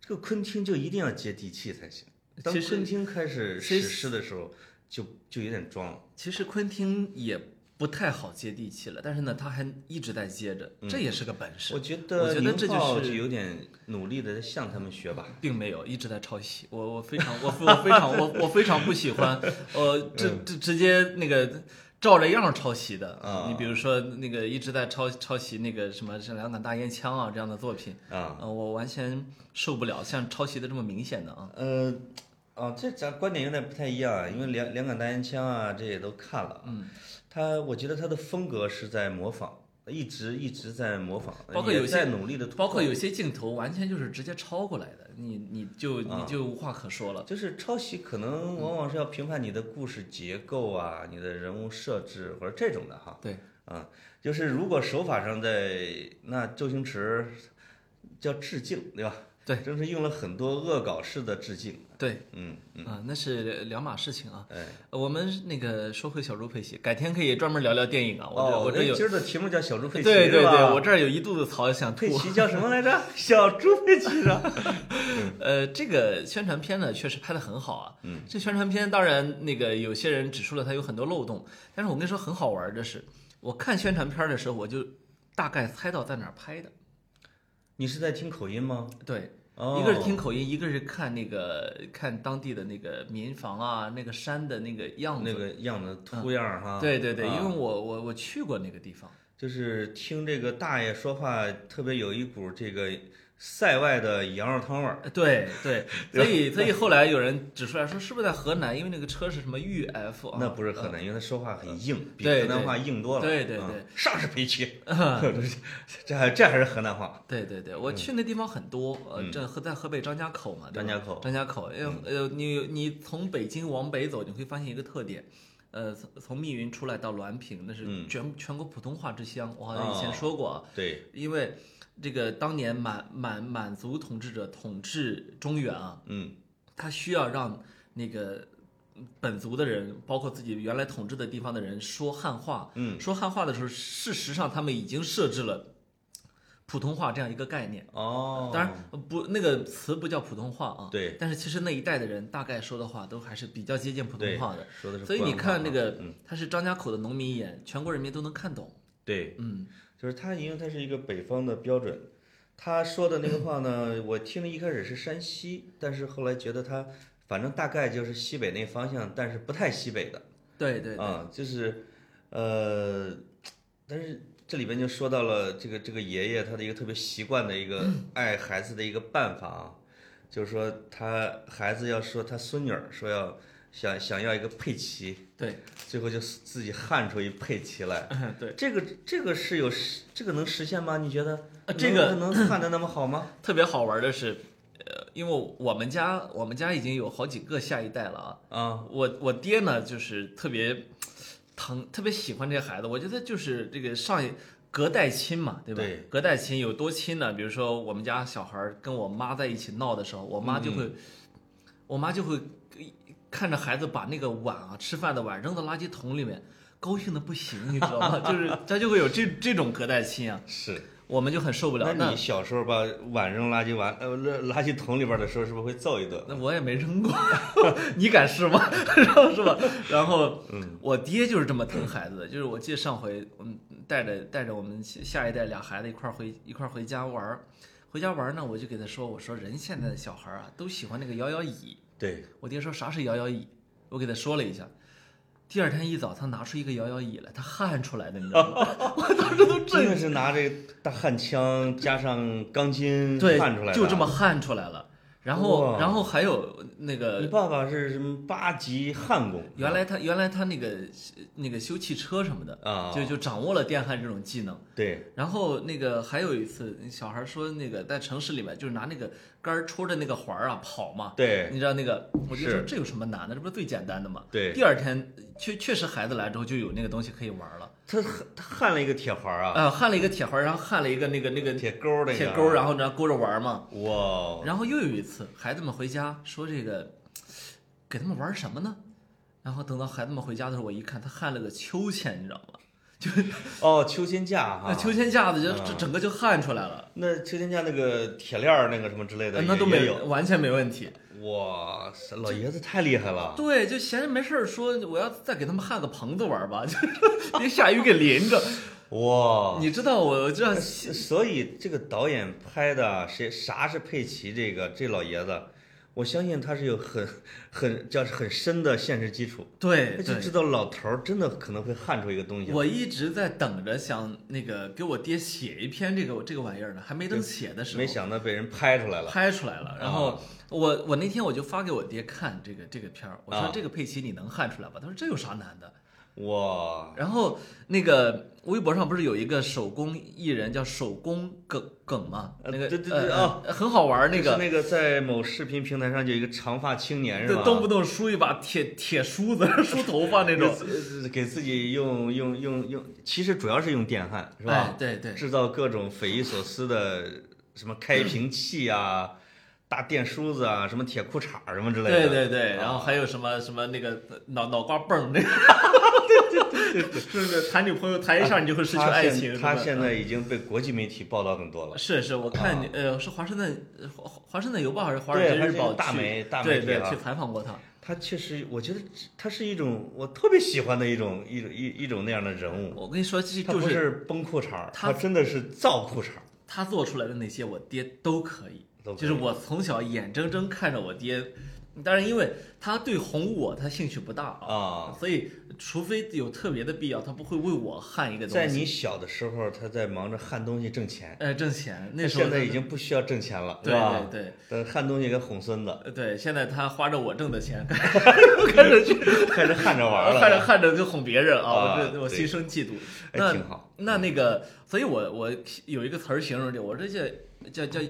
Speaker 2: 这个昆汀就一定要接地气才行。当
Speaker 1: 其实
Speaker 2: 昆汀开始
Speaker 1: 其实
Speaker 2: 实施的时候，就就有点装了。
Speaker 1: 对，其实昆汀也不太好接地气了，但是呢，他还一直在接着，
Speaker 2: 嗯
Speaker 1: 这也是个本事。
Speaker 2: 我觉得
Speaker 1: 我觉得
Speaker 2: 宁
Speaker 1: 这就
Speaker 2: 浩
Speaker 1: 是
Speaker 2: 有点努力的向他们学吧。
Speaker 1: 并没有一直在抄袭，我我非常我我非常我我非常不喜欢，呃，直直直接那个照着样儿抄袭的
Speaker 2: 嗯啊
Speaker 1: 你比如说那个一直在抄抄袭那个什么像《两杆大烟枪》啊这样的作品，
Speaker 2: 啊、
Speaker 1: 呃，我完全受不了像抄袭的这么明显的啊。
Speaker 2: 呃，啊，这咱观点有点不太一样啊，因为两两杆大烟枪啊，这也都看了。嗯，他我觉得他的风格是在模仿，一直一直在模仿，
Speaker 1: 包括
Speaker 2: 也
Speaker 1: 有些
Speaker 2: 在努力的，
Speaker 1: 包括有些镜头完全就是直接抄过来的，你你就
Speaker 2: 啊
Speaker 1: 你就无话可说了。
Speaker 2: 就是抄袭可
Speaker 1: 嗯
Speaker 2: 能往往是要评判你的故事结构啊，你的人物设置或者这种的哈。
Speaker 1: 对，
Speaker 2: 啊，就是如果手法上在那周星驰叫致敬，对吧？
Speaker 1: 对，
Speaker 2: 真是用了很多恶搞式的致敬。
Speaker 1: 对，
Speaker 2: 嗯嗯，
Speaker 1: 啊，那是两码事情啊。
Speaker 2: 哎，
Speaker 1: 呃我们那个说回小猪佩奇，改天可以专门聊聊电影啊。我这、
Speaker 2: 哦，
Speaker 1: 我这
Speaker 2: 哎
Speaker 1: 有，
Speaker 2: 今儿的题目 叫小猪佩
Speaker 1: 对
Speaker 2: 奇，
Speaker 1: 对
Speaker 2: 是吧
Speaker 1: 对，我这儿有一肚子槽想吐
Speaker 2: 佩。奇叫什么来 着？小猪佩奇是吧？
Speaker 1: 呃，这个宣传片呢，确实拍得很好啊。
Speaker 2: 嗯，
Speaker 1: 这宣传片当然那个有些人指出了它有很多漏洞，但是我跟你说很好玩儿的是，我看宣传片儿的时候，我就大概猜到在哪儿拍的。
Speaker 2: 你是在听口音吗？
Speaker 1: 对，
Speaker 2: 哦
Speaker 1: 一个是听口音，一个是看那个看当地的那个民房啊，那个山的那个样子。嗯
Speaker 2: 那个样子图样儿哈。
Speaker 1: 对对对，
Speaker 2: 啊
Speaker 1: 因为我我我去过那个地方。
Speaker 2: 就是听这个大爷说话，特别有一股这个塞外的羊肉汤味儿。
Speaker 1: 呃对 对，所以所以后来有人指出来说，是不是在河南？因为那个车是什么豫 F 啊？
Speaker 2: 那不是河南，因为他说话很硬，
Speaker 1: 哦
Speaker 2: 比
Speaker 1: 对
Speaker 2: 河南
Speaker 1: 对
Speaker 2: 话硬多了。
Speaker 1: 对对
Speaker 2: 啊
Speaker 1: 对，
Speaker 2: 上是 佩奇， 这还这还是河南话。
Speaker 1: 对对对，我去那地方很多，呃，
Speaker 2: 嗯
Speaker 1: 这河在河北张家口嘛，对吧
Speaker 2: 张家口嗯
Speaker 1: 张家口，呃呃，你你从北京往北走，你会发现一个特点，呃，从从密云出来到滦平，那是
Speaker 2: 嗯
Speaker 1: 全全国普通话之乡，我好像以前
Speaker 2: 哦
Speaker 1: 说过啊，
Speaker 2: 对，
Speaker 1: 因为这个当年满满满族统治者统治中原啊，
Speaker 2: 嗯，
Speaker 1: 他需要让那个本族的人，包括自己原来统治的地方的人说汉话。
Speaker 2: 嗯，
Speaker 1: 说汉话的时候，事实上他们已经设置了普通话这样一个概念。
Speaker 2: 哦，
Speaker 1: 当然不，那个词不叫普通话啊。
Speaker 2: 对。
Speaker 1: 但是其实那一代的人大概说的话都还是比较接近普通
Speaker 2: 对
Speaker 1: 话的，，
Speaker 2: 说的是
Speaker 1: 所以
Speaker 2: 官
Speaker 1: 你
Speaker 2: 话
Speaker 1: 看那
Speaker 2: 啊
Speaker 1: 个
Speaker 2: 嗯，，
Speaker 1: 他是张家口的农民演，全国人民都能看懂。
Speaker 2: 对，
Speaker 1: 嗯，
Speaker 2: 就是他，因为他是一个北方的标准，他说的那个话呢，我听了一开始是山西，但是后来觉得他反正大概就是西北那方向，但是不太西北的
Speaker 1: 对对对。
Speaker 2: 啊，就是呃，但是这里边就说到了这个这个爷爷他的一个特别习惯的一个 爱孩子的一个办法啊，就是说他孩子要说他孙女儿说要想想要一个佩奇，
Speaker 1: 对，
Speaker 2: 最后就自己焊出一佩奇来。
Speaker 1: 对，
Speaker 2: 这个这个是有实，这个能实现吗？你觉得
Speaker 1: 呃
Speaker 2: 能？
Speaker 1: 这个
Speaker 2: 能看的那么好吗？
Speaker 1: 特别好玩的是，呃，因为我们家我们家已经有好几个下一代了 啊。
Speaker 2: 啊，
Speaker 1: 我我爹呢，就是特别疼，特别喜欢这孩子。我觉得就是这个上一隔代亲嘛，对吧？
Speaker 2: 对
Speaker 1: 隔代亲有多亲呢？比如说我们家小孩儿跟我妈在一起闹的时候，我妈就
Speaker 2: 嗯
Speaker 1: 会，我妈就会看着孩子把那个碗啊，吃饭的碗扔到垃圾桶里面，高兴的不行，你知道吗？ 就是他就会有这这种隔代亲啊，
Speaker 2: 是。
Speaker 1: 我们就很受不了。
Speaker 2: 那
Speaker 1: 那
Speaker 2: 你小时候把碗扔垃圾碗呃垃圾桶里边的时候，是不是会揍一顿？
Speaker 1: 那我也没扔过， 你敢试吗？然后是吧？然后，
Speaker 2: 嗯
Speaker 1: 我爹就是这么疼孩子的，就是我记得上回，嗯，带着带着我们下下一代俩孩子一块儿回一块儿回家玩儿，回家玩儿呢，我就给他说，我说人现在的小孩儿啊，都喜欢那个摇摇椅。
Speaker 2: 对，
Speaker 1: 我爹说啥是摇摇椅？我给他说了一下。第二天一早，他拿出一个摇摇椅来，他汗出来的，你知道 吗？我当时都
Speaker 2: 真
Speaker 1: 震
Speaker 2: 的是拿这个大焊枪加上钢筋
Speaker 1: 对
Speaker 2: 焊出来，的。啊
Speaker 1: 就这么。汗出来了。然后，
Speaker 2: 哇
Speaker 1: 然后还有那个
Speaker 2: 你爸爸是什么八级焊工？
Speaker 1: 呃原来他原来他那个那个修汽车什么的，
Speaker 2: 啊，
Speaker 1: 就就掌握了电焊这种技能。
Speaker 2: 对，
Speaker 1: 然后那个还有一次，小孩说那个在城市里面就是拿那个杆儿戳着那个环儿啊跑嘛，
Speaker 2: 对
Speaker 1: 你知道那个，我就是说这有什么难的，这不是最简单的吗？
Speaker 2: 对
Speaker 1: 第二天确确实孩子来之后就有那个东西可以玩了，
Speaker 2: 他他焊了一个铁环儿啊，
Speaker 1: 呃，焊了一个铁环儿，然后焊了一个那个那个
Speaker 2: 铁钩儿那个啊
Speaker 1: 铁
Speaker 2: 哦
Speaker 1: 钩儿，啊然后呢勾着玩儿嘛。
Speaker 2: 哇，
Speaker 1: 然后又有一次，孩子们回家说这个，给他们玩什么呢？然后等到孩子们回家的时候，我一看，他焊了个秋千，你知道吗？
Speaker 2: 哦，秋千架哈
Speaker 1: 那， 秋千架子就这
Speaker 2: 啊
Speaker 1: 整个就焊出来了，
Speaker 2: 那秋千架那个铁链儿那个什么之类的，
Speaker 1: 呃那
Speaker 2: 也
Speaker 1: 都
Speaker 2: 也
Speaker 1: 没
Speaker 2: 有。
Speaker 1: 完全没问题。
Speaker 2: 哇塞，老爷子太厉害了！
Speaker 1: 对，就闲着没事儿说，我要再给他们焊个棚子玩吧，就是说别下雨给淋着。
Speaker 2: 哇，
Speaker 1: 你知道我，我知道，
Speaker 2: 所以这个导演拍的谁啥是佩奇？这个这老爷子，我相信他是有很很叫是很深的现实基础，
Speaker 1: 对
Speaker 2: 他
Speaker 1: 对
Speaker 2: 就，知道老头儿真的可能会焊出一个东西。
Speaker 1: 我一直在等着想那个给我爹写一篇这个这个玩意儿呢，还没等写的时候
Speaker 2: 没，想到被人拍出来了。
Speaker 1: 拍出来了。然后
Speaker 2: 啊
Speaker 1: 我、我那天我就发给我爹看这个这个片儿，我说
Speaker 2: 啊
Speaker 1: 这个佩奇你能焊出来吧？他说这有啥难的？
Speaker 2: 哇，
Speaker 1: 然后那个微博上不是有一个手工艺人叫手工梗梗嘛？
Speaker 2: 呃
Speaker 1: 那个
Speaker 2: 对对对
Speaker 1: 呃
Speaker 2: 哦
Speaker 1: 呃很好玩儿那
Speaker 2: 就是
Speaker 1: 个。
Speaker 2: 那个在某视频平台上就有一个长发青年是
Speaker 1: 就
Speaker 2: 吧？
Speaker 1: 动不动梳一把铁铁梳子 梳头发那种，
Speaker 2: 呃给自己用用用用，其实主要是用电焊是吧？
Speaker 1: 哎对对
Speaker 2: 制造各种匪夷所思的什么开瓶器啊，大电梳子啊，什么铁裤衩儿什么之类的。
Speaker 1: 嗯对对对，然后
Speaker 2: 啊
Speaker 1: 还有什么什么那个脑脑瓜蹦那个，对 对对对，是不是谈女朋友谈一下你就会失去
Speaker 2: 他
Speaker 1: 爱
Speaker 2: 现
Speaker 1: 情？
Speaker 2: 他
Speaker 1: 是吧
Speaker 2: 现在已经被国际媒体报道很多了。
Speaker 1: 是是，我看你呃是华盛顿华华盛顿邮报还是华尔街
Speaker 2: 啊对他
Speaker 1: 日
Speaker 2: 是
Speaker 1: 报
Speaker 2: 大
Speaker 1: 去
Speaker 2: 媒大媒
Speaker 1: 对
Speaker 2: 体啊
Speaker 1: 对
Speaker 2: 了
Speaker 1: 去采访过他，
Speaker 2: 他确实，我觉得他是一种我特别喜欢的一种一种一一种那样的人物。
Speaker 1: 我跟你说这
Speaker 2: 他
Speaker 1: 就
Speaker 2: 不
Speaker 1: 是
Speaker 2: 是崩裤衩儿，
Speaker 1: 他
Speaker 2: 他真的是造裤衩儿。
Speaker 1: 他做出来的那些，我爹都可以。
Speaker 2: 都可以
Speaker 1: 就是我从小眼睁睁看着我爹，当然因为他对哄我他兴趣不大
Speaker 2: 啊
Speaker 1: 所以除非有特别的必要，他不会为我焊一个
Speaker 2: 在
Speaker 1: 东西。
Speaker 2: 你小的时候，他在忙着焊东西挣钱，
Speaker 1: 呃，挣钱那
Speaker 2: 他
Speaker 1: 时候
Speaker 2: 现在
Speaker 1: 他
Speaker 2: 已经不需要挣钱了，
Speaker 1: 对
Speaker 2: 是吧？
Speaker 1: 对对
Speaker 2: 但焊东西给哄孙子，
Speaker 1: 呃对，现在他花着我挣的钱， 开始去
Speaker 2: 开始焊着玩儿 了，
Speaker 1: 焊着焊着就哄别人啊，
Speaker 2: 啊
Speaker 1: 我这我
Speaker 2: 对
Speaker 1: 心生嫉妒。
Speaker 2: 哎，
Speaker 1: 那
Speaker 2: 挺好。
Speaker 1: 那那个，所以我我有一个词儿形容这，我这叫叫叫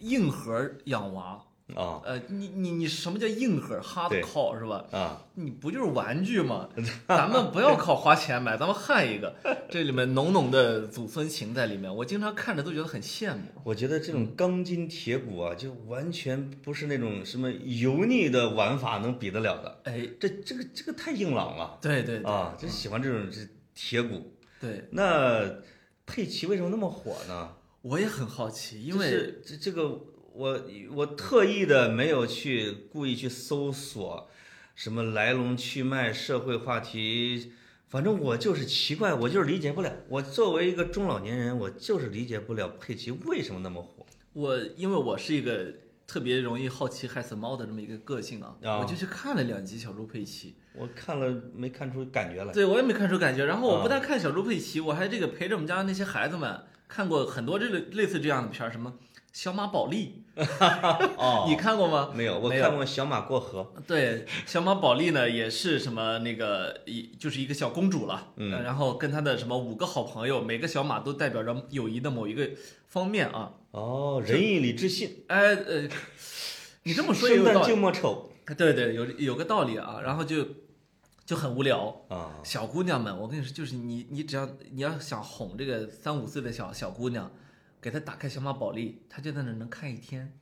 Speaker 1: 硬核养娃。
Speaker 2: 啊
Speaker 1: 呃，你你你什么叫硬核 hard
Speaker 2: 对
Speaker 1: core 是吧？
Speaker 2: 啊，
Speaker 1: 你不就是玩具 吗？咱们不要靠花钱买，咱们焊一个，这里面浓浓的祖孙情在里面，我经常看着都觉得很羡慕。
Speaker 2: 我觉得这种钢筋铁骨啊，就完全不是那种什么油腻的玩法能比得了的。
Speaker 1: 哎，
Speaker 2: 这这个这个太硬朗了
Speaker 1: 对对
Speaker 2: 啊！就喜欢这种这铁骨。
Speaker 1: 对，
Speaker 2: 那佩奇为什么那么火呢？
Speaker 1: 我也很好奇，因
Speaker 2: 就
Speaker 1: 为
Speaker 2: 是这这个我我特意的没有去故意去搜索什么来龙去脉、社会话题，反正我就是奇怪，我就是理解不了。我作为一个中老年人，我就是理解不了佩奇为什么那么火。
Speaker 1: 我因为我是一个特别容易好奇害死猫的这么一个个性啊，
Speaker 2: 啊
Speaker 1: 我就去看了两集小猪佩奇，
Speaker 2: 我看了没看出感觉来
Speaker 1: 对我也没看出感觉。然后
Speaker 2: 啊
Speaker 1: 我不但看小猪佩奇，我还这个陪着我们家那些孩子们看过很多这类类似这样的片儿，什么小马宝莉。
Speaker 2: 哦，
Speaker 1: 你看过吗？
Speaker 2: 没有，我
Speaker 1: 没有
Speaker 2: 看过小马过河。
Speaker 1: 对，小马宝莉呢也是什么那个一就是一个小公主了，
Speaker 2: 嗯
Speaker 1: 呃然后跟她的什么五个好朋友，每个小马都代表着友谊的某一个方面啊。
Speaker 2: 哦，仁义礼智信，
Speaker 1: 哎呃，你这么说也
Speaker 2: 生
Speaker 1: 有道
Speaker 2: 旦
Speaker 1: 理，
Speaker 2: 净末丑
Speaker 1: 对对，有有个道理啊。然后就就很无聊，
Speaker 2: 啊，
Speaker 1: 小姑娘们，我跟你说，就是你，你只要你要想哄这个三五岁的小小姑娘，给她打开小马宝莉，她就在那儿能看一天。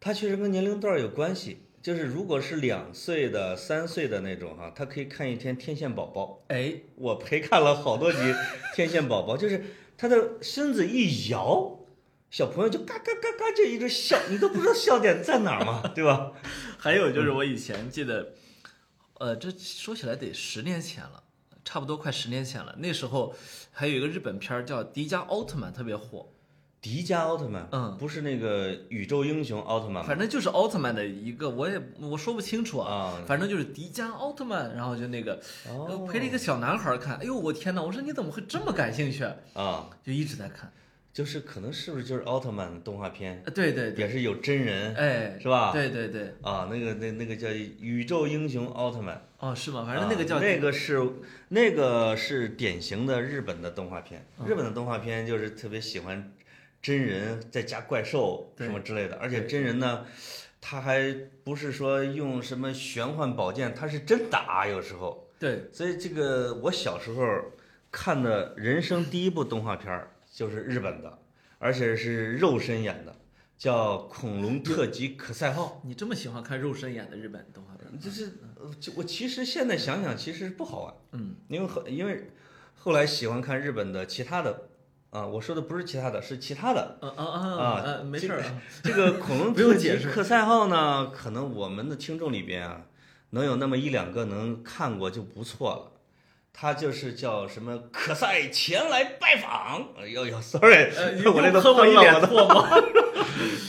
Speaker 2: 它确实跟年龄段儿有关系。就是如果是两岁的、三岁的那种哈、他可以看一天《天线宝宝》。
Speaker 1: 哎，
Speaker 2: 我陪看了好多集《天线宝宝》，就是他的身子一摇，小朋友就嘎嘎嘎嘎就一直笑，你都不知道笑点在哪儿嘛，对吧？
Speaker 1: 还有就是我以前记得，呃，这说起来得十年前了，差不多快十年前了。那时候还有一个日本片儿叫《迪迦奥特曼》，特别火，
Speaker 2: 迪迦奥特曼，
Speaker 1: 嗯
Speaker 2: 不是那个宇宙英雄奥特曼吗？
Speaker 1: 反正就是奥特曼的一个，我也我说不清楚啊。
Speaker 2: 啊，
Speaker 1: 反正就是迪迦奥特曼，然后就那个、呃
Speaker 2: 哦
Speaker 1: 陪着一个小男孩儿看，哎呦我天哪！我说你怎么会这么感兴趣？
Speaker 2: 啊，
Speaker 1: 就一直在看。
Speaker 2: 就是可能是不是就是奥特曼的动画片，
Speaker 1: 呃对对对，
Speaker 2: 也是有真人
Speaker 1: 哎，
Speaker 2: 是吧？
Speaker 1: 对对对，
Speaker 2: 啊，那个那那个叫宇宙英雄奥特曼，
Speaker 1: 哦，是吗？反正那个叫、
Speaker 2: 啊那个是那个是典型的日本的动画片，
Speaker 1: 嗯
Speaker 2: 日本的动画片就是特别喜欢真人再加怪兽
Speaker 1: 对
Speaker 2: 什么之类的，而且
Speaker 1: 对
Speaker 2: 真人呢，他还不是说用什么玄幻宝剑，他是真打有时候。
Speaker 1: 对，
Speaker 2: 所以这个我小时候看的人生第一部动画片儿就是日本的，而且是肉身演的，叫《恐龙特级可赛号》。
Speaker 1: 你这么喜欢看肉身演的日本动画片，
Speaker 2: 就是呃就我其实现在想想，其实不好玩。
Speaker 1: 嗯，
Speaker 2: 因为后因为后来喜欢看日本的其他的啊，我说的不是其他的，是其他的。
Speaker 1: 啊啊啊
Speaker 2: 啊
Speaker 1: 呃没
Speaker 2: 这
Speaker 1: 事儿啊，
Speaker 2: 这 个恐龙
Speaker 1: 不用
Speaker 2: 特级
Speaker 1: 解释
Speaker 2: 克赛号呢，可能我们的听众里边啊，能有那么一两个能看过就不错了。它就是叫什么可赛前来拜访，哎呦呦，sorry，
Speaker 1: 呃，你
Speaker 2: 我这
Speaker 1: 又
Speaker 2: 都
Speaker 1: 喷我
Speaker 2: 喷
Speaker 1: 一
Speaker 2: 了
Speaker 1: 脸
Speaker 2: 我都
Speaker 1: 唾 沫，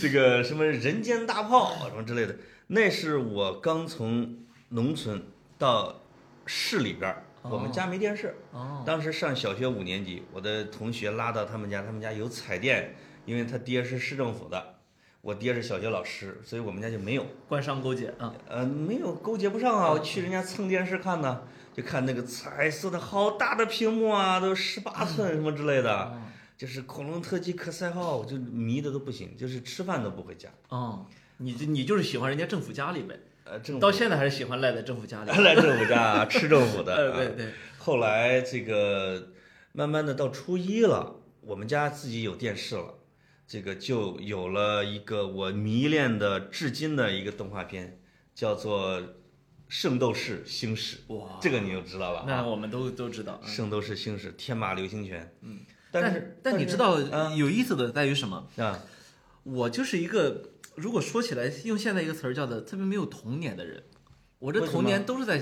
Speaker 2: 这个什么人间大炮啊什么之类的，那是我刚从农村到市里边儿，我们家没电视，
Speaker 1: 哦，
Speaker 2: 当时上小学五年级，我的同学拉到他们家，他们家有彩电，因为他爹是市政府的，我爹是小学老师，所以我们家就没有，
Speaker 1: 官商勾结啊，
Speaker 2: 呃，没有勾结不上
Speaker 1: 哦
Speaker 2: 啊，我去人家蹭电视看呢，就看那个彩色的好大的屏幕啊，都十八寸什么之类的，
Speaker 1: 哦
Speaker 2: 就是恐龙特技可赛号，我就迷的都不行，就是吃饭都不回家。
Speaker 1: 哦，你就你就是喜欢人家政府家里呗，
Speaker 2: 呃，政府
Speaker 1: 到现在还是喜欢赖在政府 家里，
Speaker 2: 来政府家啊吃政府的、啊。
Speaker 1: 呃，对对，
Speaker 2: 后来这个慢慢的到初一了，我们家自己有电视了，这个就有了一个我迷恋的至今的一个动画片，叫做《圣斗士星矢》。
Speaker 1: 哇
Speaker 2: 这个你就知道了啊。
Speaker 1: 那我们都都知道。嗯
Speaker 2: 圣斗士星矢、天马流星拳。嗯，但嗯
Speaker 1: 但但你知道有意思的在于什么？
Speaker 2: 啊，
Speaker 1: 我就是一个，如果说起来用现在一个词儿叫做特别没有童年的人，我这
Speaker 2: 为什
Speaker 1: 童
Speaker 2: 么
Speaker 1: 年都是在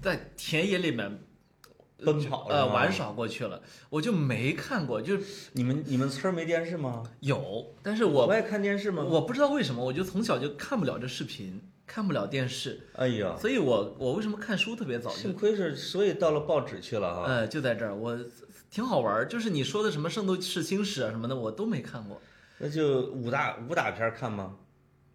Speaker 1: 在田野里面
Speaker 2: 奔跑
Speaker 1: 呃玩
Speaker 2: 耍。
Speaker 1: 耍过去了，我就没看过，就是
Speaker 2: 你们你们村儿没电视吗？
Speaker 1: 有，但是我
Speaker 2: 爱看电视吗？
Speaker 1: 我不知道为什么，我就从小就看不了这视频，看不了电视，
Speaker 2: 哎呀，
Speaker 1: 所以我我为什么看书特别早就
Speaker 2: 幸亏是所以到了报纸去了哈。
Speaker 1: 呃就在这儿，我挺好玩儿，就是你说的什么《圣斗士星矢》啊什么的，我都没看过。
Speaker 2: 那就武打武打片儿看吗？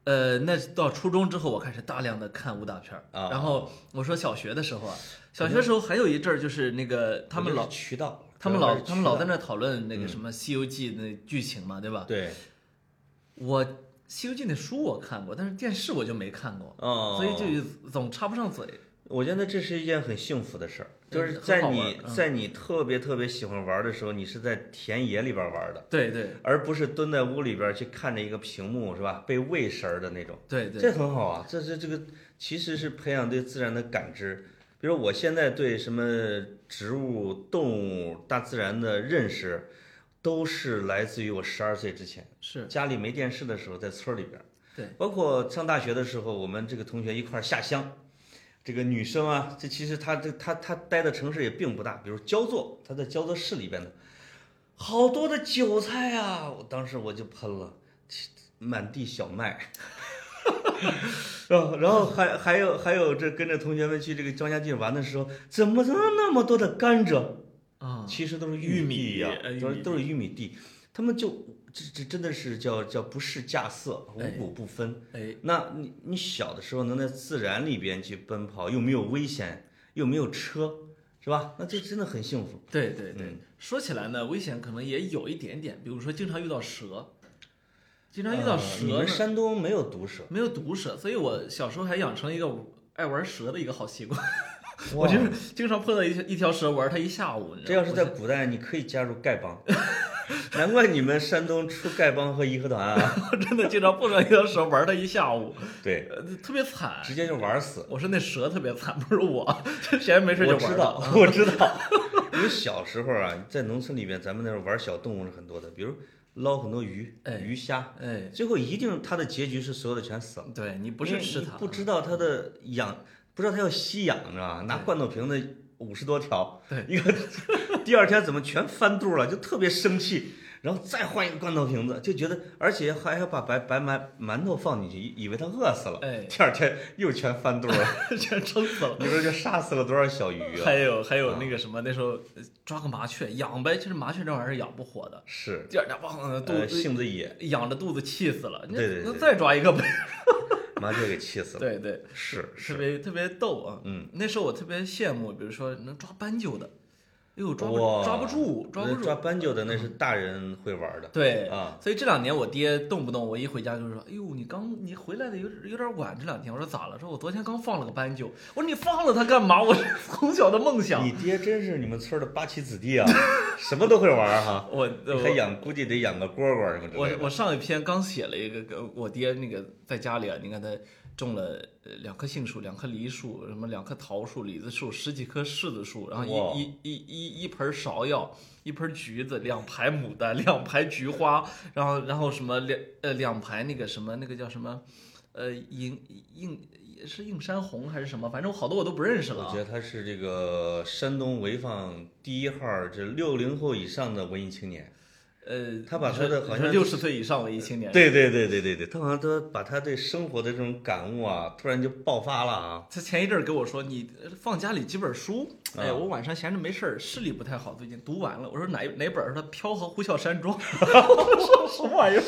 Speaker 1: 呃，那到初中之后，我开始大量的看武打片儿。
Speaker 2: 啊
Speaker 1: 然后我说小学的时候啊，小学的时候还有一阵儿就是那个他们
Speaker 2: 我觉
Speaker 1: 老
Speaker 2: 得是渠道，
Speaker 1: 他们
Speaker 2: 主要
Speaker 1: 老
Speaker 2: 是渠
Speaker 1: 他
Speaker 2: 道
Speaker 1: 们老在那讨论那个什么《西游记》那剧情嘛，对吧？
Speaker 2: 对，
Speaker 1: 我《西游记》那书我看过，但是电视我就没看过，
Speaker 2: 哦，
Speaker 1: 所以就总插不上嘴。
Speaker 2: 我觉得这是一件很幸福的事儿，
Speaker 1: 对
Speaker 2: 就是
Speaker 1: 很
Speaker 2: 在
Speaker 1: 好
Speaker 2: 你
Speaker 1: 玩嗯
Speaker 2: 在你特别特别喜欢玩的时候，你是在田野里边玩的，
Speaker 1: 对对
Speaker 2: 而不是蹲在屋里边去看着一个屏幕是吧？被喂食儿的那种，
Speaker 1: 对对，
Speaker 2: 这很好啊，这这这个其实是培养对自然的感知。比如我现在对什么植物、动物、大自然的认识，都是来自于我十二岁之前。
Speaker 1: 是
Speaker 2: 家里没电视的时候，在村儿里边儿。
Speaker 1: 对，
Speaker 2: 包括上大学的时候，我们这个同学一块儿下乡。这个女生啊，这其实她这她她待的城市也并不大，比如焦作，她在焦作市里边的，好多的韭菜啊！我当时我就喷了，满地小麦。 然后，然后还还有还有，这跟着同学们去这个庄稼地玩的时候，怎么能那么多的甘蔗？
Speaker 1: 啊，
Speaker 2: 其实都是
Speaker 1: 玉米
Speaker 2: 地呀、
Speaker 1: 呃玉
Speaker 2: 都是
Speaker 1: 米
Speaker 2: 都是玉米地，他们就这这真的是叫叫不是架色，五
Speaker 1: 哎
Speaker 2: 谷不分。
Speaker 1: 哎，
Speaker 2: 那你你小的时候能在自然里边去奔跑，又没有危险，又没有车，是吧？那这真的很幸福。
Speaker 1: 对对对，
Speaker 2: 嗯
Speaker 1: 说起来呢，危险可能也有一点点，比如说经常遇到蛇， 经常遇到
Speaker 2: 呃
Speaker 1: 蛇
Speaker 2: 你
Speaker 1: 呢、
Speaker 2: 们山东没有毒蛇，
Speaker 1: 没有毒蛇，所以我小时候还养成一个爱玩蛇的一个好习惯。我
Speaker 2: 哇
Speaker 1: 就是经常碰到一一条蛇，玩它一下午。你知
Speaker 2: 这
Speaker 1: 道
Speaker 2: 要
Speaker 1: 吗
Speaker 2: 是在古代，你可以加入丐 帮。难怪你们山东出丐帮和义和团啊，
Speaker 1: 我真的经常碰到一条蛇，玩它一下午，
Speaker 2: 对，
Speaker 1: 呃，特别惨。
Speaker 2: 直接就玩死。
Speaker 1: 我说那蛇特别惨，不是我， 闲着没事就
Speaker 2: 我
Speaker 1: 玩它。
Speaker 2: 知道， 我知道。因为小时候啊，在农村里面，咱们那时候玩小动物是很多的，比如捞很多鱼、
Speaker 1: 哎
Speaker 2: 鱼虾，
Speaker 1: 哎，
Speaker 2: 最后一定它的结局是所有的全死了，
Speaker 1: 对你不
Speaker 2: 因
Speaker 1: 是
Speaker 2: 为
Speaker 1: 吃
Speaker 2: 你
Speaker 1: 它，
Speaker 2: 不知道它的养，不知道它要吸氧，你知道吧？拿罐头瓶子五十多条，
Speaker 1: 对，
Speaker 2: 一个 第二天怎么全翻肚了，就特别生气。然后再换一个罐头瓶子，就觉得，而且还要把白白馒馒头放进去，以以为它饿死了。
Speaker 1: 哎
Speaker 2: 第二天又全翻肚了，
Speaker 1: 全撑死了。
Speaker 2: 你说这杀死了多少小鱼啊？
Speaker 1: 还有还有那个什么，那时候呃抓个麻雀养呗，其实麻雀这玩意儿养不活的。
Speaker 2: 是，
Speaker 1: 第二天哇，肚
Speaker 2: 呃，
Speaker 1: 子
Speaker 2: 性子野，
Speaker 1: 养着肚子气死了。那
Speaker 2: 对对对
Speaker 1: 那再抓一个呗。
Speaker 2: 麻雀给气死了。
Speaker 1: 对对，
Speaker 2: 是
Speaker 1: 特
Speaker 2: 是，
Speaker 1: 别特别逗啊。
Speaker 2: 嗯，
Speaker 1: 那时候我特别羡慕，比如说能抓斑鸠的，哎呦抓不
Speaker 2: 哇
Speaker 1: 抓不住，抓不
Speaker 2: 抓
Speaker 1: 住。
Speaker 2: 斑鸠的那是大人会玩的。
Speaker 1: 嗯对
Speaker 2: 啊，
Speaker 1: 所以这两年我爹动不动我一回家就说：“哎呦，你刚你回来的有有点晚。”这两天我说咋了？说我昨天刚放了个斑鸠。我说你放了它干嘛？我是 从小的梦想
Speaker 2: 你。爹真是你们村儿的八旗子弟啊， 什么都会玩儿 哈。
Speaker 1: 我我
Speaker 2: 还养，估计得养个蝈蝈什么之
Speaker 1: 我
Speaker 2: 类的。
Speaker 1: 我上一篇刚写了一个跟我爹那个在家里啊，你看他种了呃两棵杏树、两棵梨树、什么两棵桃树、李子树、十几棵柿子树，然后
Speaker 2: 哇
Speaker 1: 一一一一一盆芍药、一盆橘子、两排牡丹、两排菊花，然后然后什么两呃两排那个什么那个叫什么呃映映是映山红还是什么，反正我好多我都不认识了
Speaker 2: 我
Speaker 1: 啊
Speaker 2: 觉。得他是这个山东潍坊第一号儿，这六零后以上的文艺青年。
Speaker 1: 呃，
Speaker 2: 他把他的好像
Speaker 1: 六十岁以上文艺青年，
Speaker 2: 对对对对对对，他好像都把他对生活的这种感悟啊，突然就爆发了啊。
Speaker 1: 他前一阵儿跟我说，你呃放家里几本书，
Speaker 2: 啊
Speaker 1: 哎，我晚上闲着没事儿，视力不太好，最近读完了。我说哪一哪本儿？他说《飘和呼啸山庄》。 我说什么玩意儿？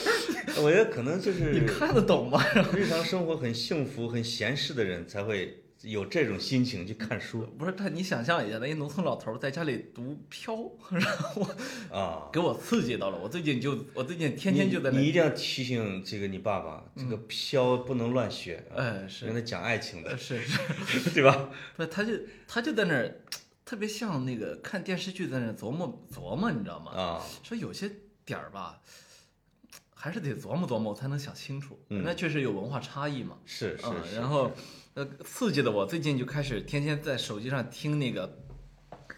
Speaker 2: 我觉得可能就是
Speaker 1: 你看得懂吗？
Speaker 2: 日常生活很幸福、很闲适的人才会有这种心情去看书
Speaker 1: 不是他，你想象一下，那一农村老头儿在家里读《飘》，然后
Speaker 2: 啊。
Speaker 1: 给我刺激到了。我最近就我最近天天就在
Speaker 2: 你，你
Speaker 1: 那，
Speaker 2: 一定要提醒这个你爸爸，这个飘不能乱学，
Speaker 1: 哎，是
Speaker 2: 跟他讲 爱情的，
Speaker 1: 呃是是，
Speaker 2: 对吧？
Speaker 1: 不是他就他就在那儿，特别像那个看电视剧在那儿琢磨琢磨，你知道吗？
Speaker 2: 啊，
Speaker 1: 说有些点儿吧，还是得琢磨琢磨，我才能想清楚。
Speaker 2: 嗯
Speaker 1: 那确实有文化差异嘛。
Speaker 2: 是是
Speaker 1: 啊，
Speaker 2: 是，
Speaker 1: 然后呃，刺激的我最近就开始天天在手机上听那个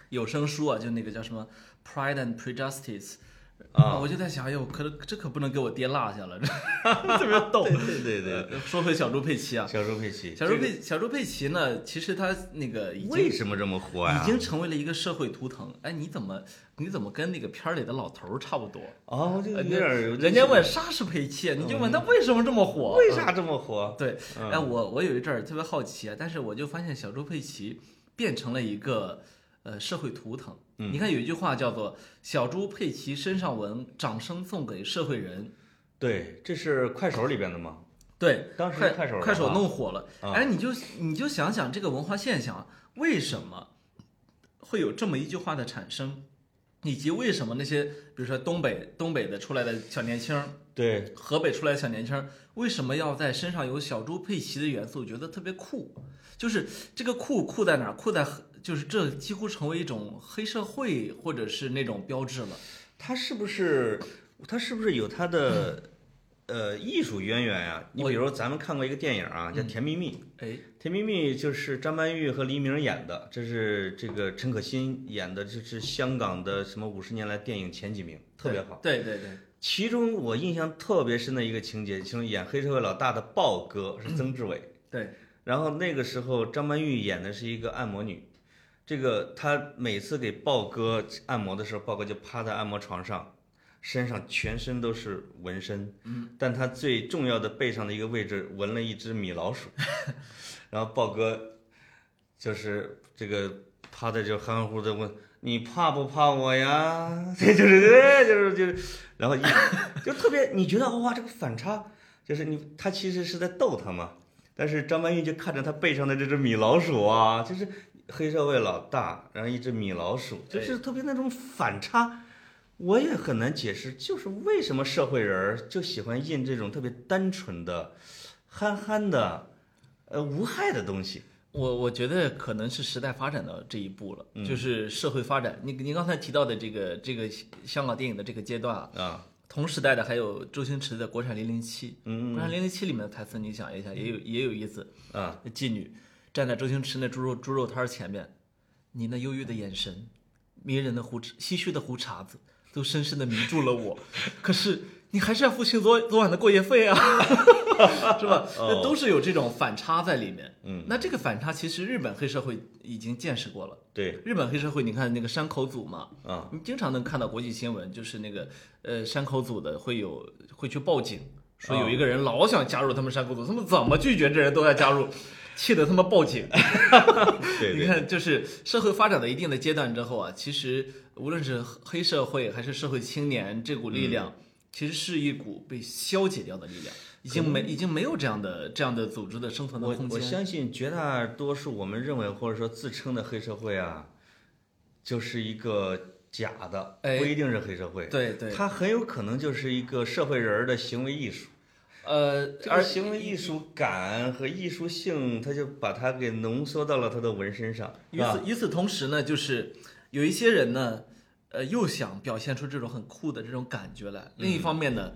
Speaker 1: 有声书啊，就那个叫什么《Pride and Prejudice》
Speaker 2: 啊
Speaker 1: 我就在想，哎呦，可这可不能给我爹落下了， 特别逗。
Speaker 2: 对对对对
Speaker 1: 呃说回小猪佩奇啊，
Speaker 2: 小猪佩奇，
Speaker 1: 小猪
Speaker 2: 这个
Speaker 1: 佩小猪佩奇呢，其实他那个已经
Speaker 2: 为什么这么火呀
Speaker 1: 已？经成为了一个社会图腾。哎，你怎么你怎么跟那个片儿里的老头儿差不多？
Speaker 2: 哦，这个
Speaker 1: 呃
Speaker 2: 有点儿有
Speaker 1: 人家问啥是佩奇，你就问他为什么这么火？
Speaker 2: 嗯为啥这么火？
Speaker 1: 对，
Speaker 2: 嗯
Speaker 1: 哎，我我有一阵儿特别好奇啊，但是我就发现小猪佩奇变成了一个呃社会图腾。
Speaker 2: 嗯
Speaker 1: 你看有一句话叫做“小猪佩奇身上纹，掌声送给社会人
Speaker 2: 对，这是快手里边的吗？”。
Speaker 1: 对，
Speaker 2: 当时
Speaker 1: 快
Speaker 2: 快手的
Speaker 1: 快手
Speaker 2: 啊
Speaker 1: 弄火了，
Speaker 2: 啊
Speaker 1: 哎，你就你就想想这个文化现象啊为什么会有这么一句话的产生，以及为什么那些比如说东北东北的出来的小年轻儿
Speaker 2: 对，
Speaker 1: 河北出来的小年轻儿为什么要在身上有小猪佩奇的元素，觉得特别酷？就是这个酷酷在哪儿？酷在就是这几乎成为一种黑社会或者是那种标志了。
Speaker 2: 他是不是他是不是有他的呃艺术渊源呀、你
Speaker 1: 我
Speaker 2: 比如说咱们看过一个电影啊，叫《甜蜜蜜》，
Speaker 1: 哎，
Speaker 2: 甜蜜蜜》就是张曼玉和黎明演的，这是这个陈可辛演的，这是香港的什么五十年来电影前几名，特别好。
Speaker 1: 对。对对对，
Speaker 2: 其中我印象特别深的一个情节，其中演黑社会老大的豹哥是曾志伟。
Speaker 1: 对，
Speaker 2: 然后那个时候张曼玉演的是一个按摩女，这个她每次给豹哥按摩的时候，豹哥就趴在按摩床上，身上全身都是纹身，嗯，但他最重要的背上的一个位置纹了一只米老鼠， 然后豹哥就是这个趴在这含含糊糊的问。你怕不怕我呀？ 这就是，对，就是就是，然后一就特别，你觉得哇，这个反差就是你，他其实是在逗他嘛，但是张曼玉就看着他背上的这只米老鼠啊，就是黑社会老大，然后一只米老鼠，
Speaker 1: 对
Speaker 2: 就是特别那种反差，我也很难解释，就是为什么社会人儿就喜欢印这种特别单纯的、憨憨的、呃无害的东西。
Speaker 1: 我我觉得可能是时代发展到这一步了，
Speaker 2: 嗯
Speaker 1: 就是社会发展。你你刚才提到的这个这个香港电影的这个阶段啊，
Speaker 2: 啊，
Speaker 1: 同时代的还有周星驰的《国产零零七》，
Speaker 2: 嗯
Speaker 1: 《国产零零七》里面的台词你想一下，也有也有意思。
Speaker 2: 啊，
Speaker 1: 妓女站在周星驰那猪肉猪肉摊儿前面，你那忧郁的眼神，迷人的胡唏嘘的胡茬子，都深深的迷住了我。可是你还是要付清昨昨晚的过夜费啊， 是吧？那都是有这种反差在里面。嗯，那这个反差其实日本黑社会已经见识过了。
Speaker 2: 对，
Speaker 1: 日本黑社会，你看那个山口组嘛，
Speaker 2: 啊，
Speaker 1: 你经常能看到国际新闻，就是那个呃山口组的会有会去报
Speaker 2: 啊
Speaker 1: 警，说有一个人老想加入他们山口组，他们怎么拒绝这人都要加入，气得他们报警。
Speaker 2: 对
Speaker 1: 你
Speaker 2: 对，
Speaker 1: 看，就是社会发展到一定的阶段之后啊，其实无论是黑社会还是社会青年，这股力量、
Speaker 2: 嗯
Speaker 1: 其实是一股被消解掉的力量，已经没已经没有这样的这样的组织的生存的
Speaker 2: 我
Speaker 1: 空
Speaker 2: 我
Speaker 1: 间。
Speaker 2: 相信绝大多数我们认为或者说自称的黑社会啊，就是一个假的，
Speaker 1: 哎
Speaker 2: 不一定是黑社会。
Speaker 1: 对对，
Speaker 2: 它很有可能就是一个社会人儿的行为艺术，
Speaker 1: 呃，
Speaker 2: 这
Speaker 1: 而
Speaker 2: 个行为艺术感和艺术性，他就把它给浓缩到了他的纹身上，是
Speaker 1: 与
Speaker 2: 吧？
Speaker 1: 此与此同时呢，就是有一些人呢，呃，又想表现出这种很酷的这种感觉来；另
Speaker 2: 嗯
Speaker 1: 一方面呢，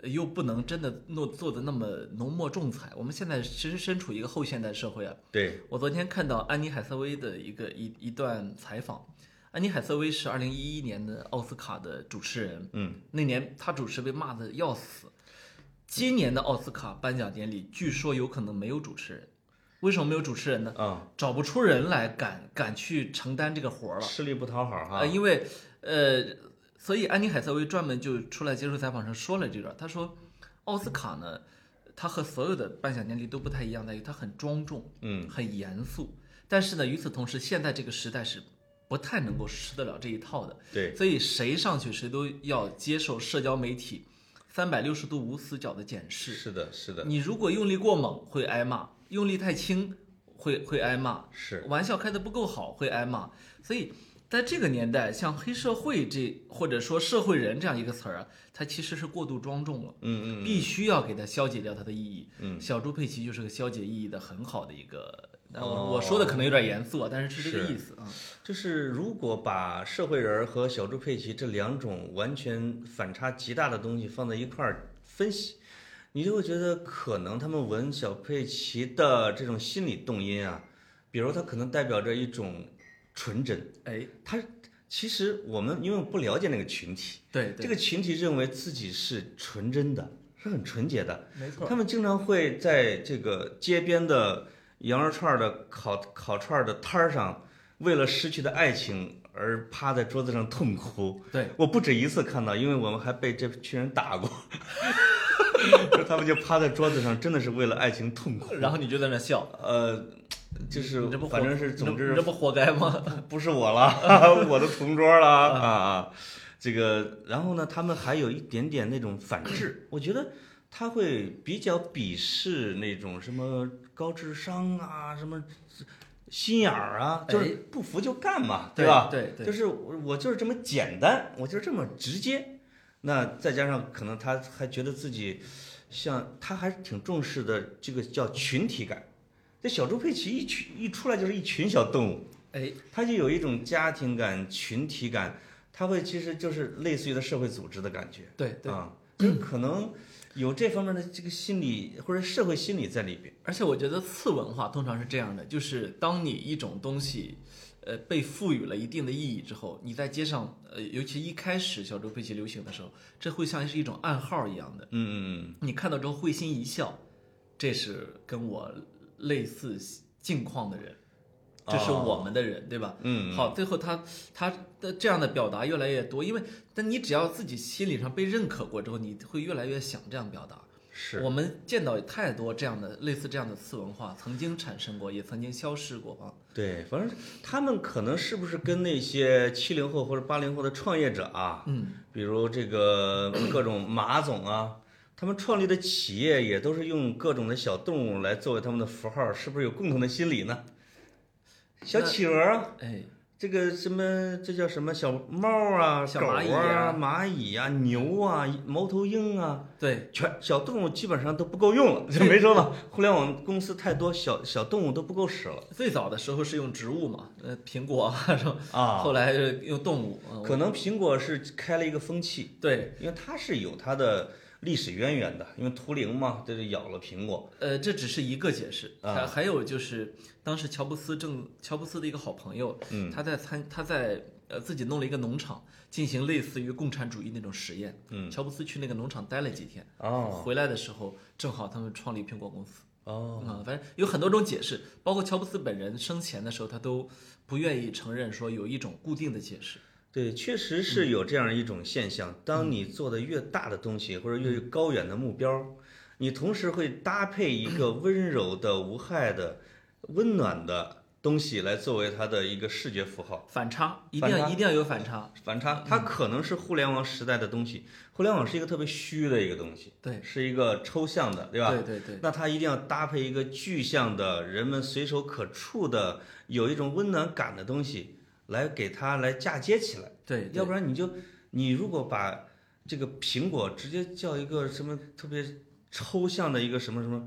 Speaker 1: 呃又不能真的弄做的那么浓墨重彩。我们现在其实身处一个后现代社会啊。
Speaker 2: 对，
Speaker 1: 我昨天看到安妮海瑟薇的一个一一段采访，安妮海瑟薇是二零一一年的奥斯卡的主持人，
Speaker 2: 嗯，
Speaker 1: 那年她主持被骂的要死。今年的奥斯卡颁奖典礼据说有可能没有主持人，为什么没有主持人呢？
Speaker 2: 啊、
Speaker 1: 找不出人来敢敢去承担这个活儿了。
Speaker 2: 吃力不讨好哈
Speaker 1: 呃，，因为呃，所以安妮海瑟薇专门就出来接受采访时候说了这段，她说奥斯卡呢，它和所有的颁奖典礼都不太一样，在于它很庄重，
Speaker 2: 嗯，
Speaker 1: 很严肃。但是呢，与此同时，现在这个时代是不太能够吃得了这一套的，
Speaker 2: 对，
Speaker 1: 所以谁上去谁都要接受社交媒体三百六十度无死角的检视。
Speaker 2: 是的，是的，
Speaker 1: 你如果用力过猛会挨骂，用力太轻会会挨骂，
Speaker 2: 是
Speaker 1: 玩笑开的不够好会挨骂。所以在这个年代，像黑社会这或者说社会人这样一个词儿啊，它其实是过度庄重了，
Speaker 2: 嗯嗯，
Speaker 1: 必须要给它消解掉它的意义。
Speaker 2: 嗯，
Speaker 1: 小猪佩奇就是个消解意义的很好的一个。那我、
Speaker 2: 哦
Speaker 1: 我说的可能有点严肃啊，但是是这个
Speaker 2: 是
Speaker 1: 意思啊。
Speaker 2: 就是如果把社会人儿和小猪佩奇这两种完全反差极大的东西放在一块儿分析，你就会觉得可能他们闻小佩奇的这种心理动因啊，比如它可能代表着一种纯真。
Speaker 1: 哎，
Speaker 2: 其实我们因为不了解那个群体，
Speaker 1: 对
Speaker 2: 这
Speaker 1: 对，
Speaker 2: 个群体认为自己是纯真的，是很纯洁的。
Speaker 1: 没错，
Speaker 2: 他们经常会在这个街边的羊肉串儿的烤烤串儿的摊儿上，为了失去的爱情而趴在桌子上痛哭。
Speaker 1: 对，
Speaker 2: 我不止一次看到，因为我们还被这群人打 过。他们就趴在桌子上，真的是为了爱情痛哭。
Speaker 1: 然后你就在那笑，
Speaker 2: 呃，就是
Speaker 1: 你这不活
Speaker 2: 反正是，总
Speaker 1: 你这
Speaker 2: 之
Speaker 1: 你这不活该吗？
Speaker 2: 不是我了， 我的同桌了
Speaker 1: 嗯
Speaker 2: 啊啊！这个，然后呢，他们还有一点点那种反制，我觉得他会比较鄙视那种什么高智商啊，什么心眼儿啊，
Speaker 1: 哎
Speaker 2: 就是不服就干嘛， 对吧？
Speaker 1: 对对，
Speaker 2: 就是我我就是这么简单，我就是这么直接。那再加上可能他还觉得自己像他还挺重视的这个叫群体感。这小猪佩奇一群一出来就是一群小动物，
Speaker 1: 哎，
Speaker 2: 它就有一种家庭感、群体感，它会其实就是类似于的社会组织的感觉，
Speaker 1: 对对，
Speaker 2: 啊，就是可能有这方面的这个心理或者社会心理在里边。
Speaker 1: 而且我觉得次文化通常是这样的，就是当你一种东西，呃，被赋予了一定的意义之后，你在街上，呃，尤其一开始小猪佩奇流行的时候，这会像是一种暗号一样的，
Speaker 2: 嗯，
Speaker 1: 你看到之后会心一笑，这是跟我类似境况的人，这是
Speaker 2: 哦
Speaker 1: 我们的人，对吧？
Speaker 2: 嗯，
Speaker 1: 好，最后他他的这样的表达越来越多，因为但你只要自己心理上被认可过之后，你会越来越想这样表达。
Speaker 2: 是
Speaker 1: 我们见到太多这样的类似这样的次文化，曾经产生过，也曾经消失过啊。
Speaker 2: 对，反正他们可能是不是跟那些七零后或者八零后的创业者啊，
Speaker 1: 嗯，
Speaker 2: 比如这个各种马总啊。他们创立的企业也都是用各种的小动物来作为他们的符号，是不是有共同的心理呢？小
Speaker 1: 那
Speaker 2: 企鹅啊，
Speaker 1: 哎，
Speaker 2: 这个什么，这叫什么小猫啊、
Speaker 1: 小
Speaker 2: 狗
Speaker 1: 蚂蚁
Speaker 2: 啊
Speaker 1: 啊、
Speaker 2: 蚂蚁啊、牛啊、猫头鹰啊，
Speaker 1: 对，
Speaker 2: 全小动物基本上都不够用了，就没说嘛，互联网公司太多，小小动物都不够使了
Speaker 1: 最早的时候是用植物嘛，呃，苹果啊，是吧？
Speaker 2: 啊。
Speaker 1: 后来是用动物，嗯、
Speaker 2: 可能苹果是开了一个风气，
Speaker 1: 对，
Speaker 2: 因为它是有它的历史渊源的，因为图灵嘛，这就是咬了苹果。
Speaker 1: 呃，这只是一个解释，
Speaker 2: 啊
Speaker 1: 还还有就是当时乔布斯正乔布斯的一个好朋友，
Speaker 2: 嗯，
Speaker 1: 他在参他在呃自己弄了一个农场，进行类似于共产主义那种实验，
Speaker 2: 嗯，
Speaker 1: 乔布斯去那个农场待了几天，
Speaker 2: 哦
Speaker 1: 回来的时候正好他们创立苹果公司，啊、
Speaker 2: 哦，
Speaker 1: 反正有很多种解释，包括乔布斯本人生前的时候，他都不愿意承认说有一种固定的解释，
Speaker 2: 对，确
Speaker 1: 嗯
Speaker 2: 实是有这样一种现象。当你做的越大的东西，或
Speaker 1: 嗯
Speaker 2: 者越高远的目标，你同时会搭配一个温柔的、无害的、温暖的东西来作为它的一个视觉符号。
Speaker 1: 反差一定要
Speaker 2: 反
Speaker 1: 一定要有反差，嗯
Speaker 2: 反差，它可能是互联网时代的东西。互联网是一个特别虚的一个东西，
Speaker 1: 对，
Speaker 2: 是一个抽象的，对吧？
Speaker 1: 对对对，
Speaker 2: 那它一定要搭配一个具象的、人们随手可触的、有一种温暖感的东西来给它来嫁接起来。
Speaker 1: 对，
Speaker 2: 要不然你就你如果把这个苹果直接叫一个什么特别抽象的一个什么什么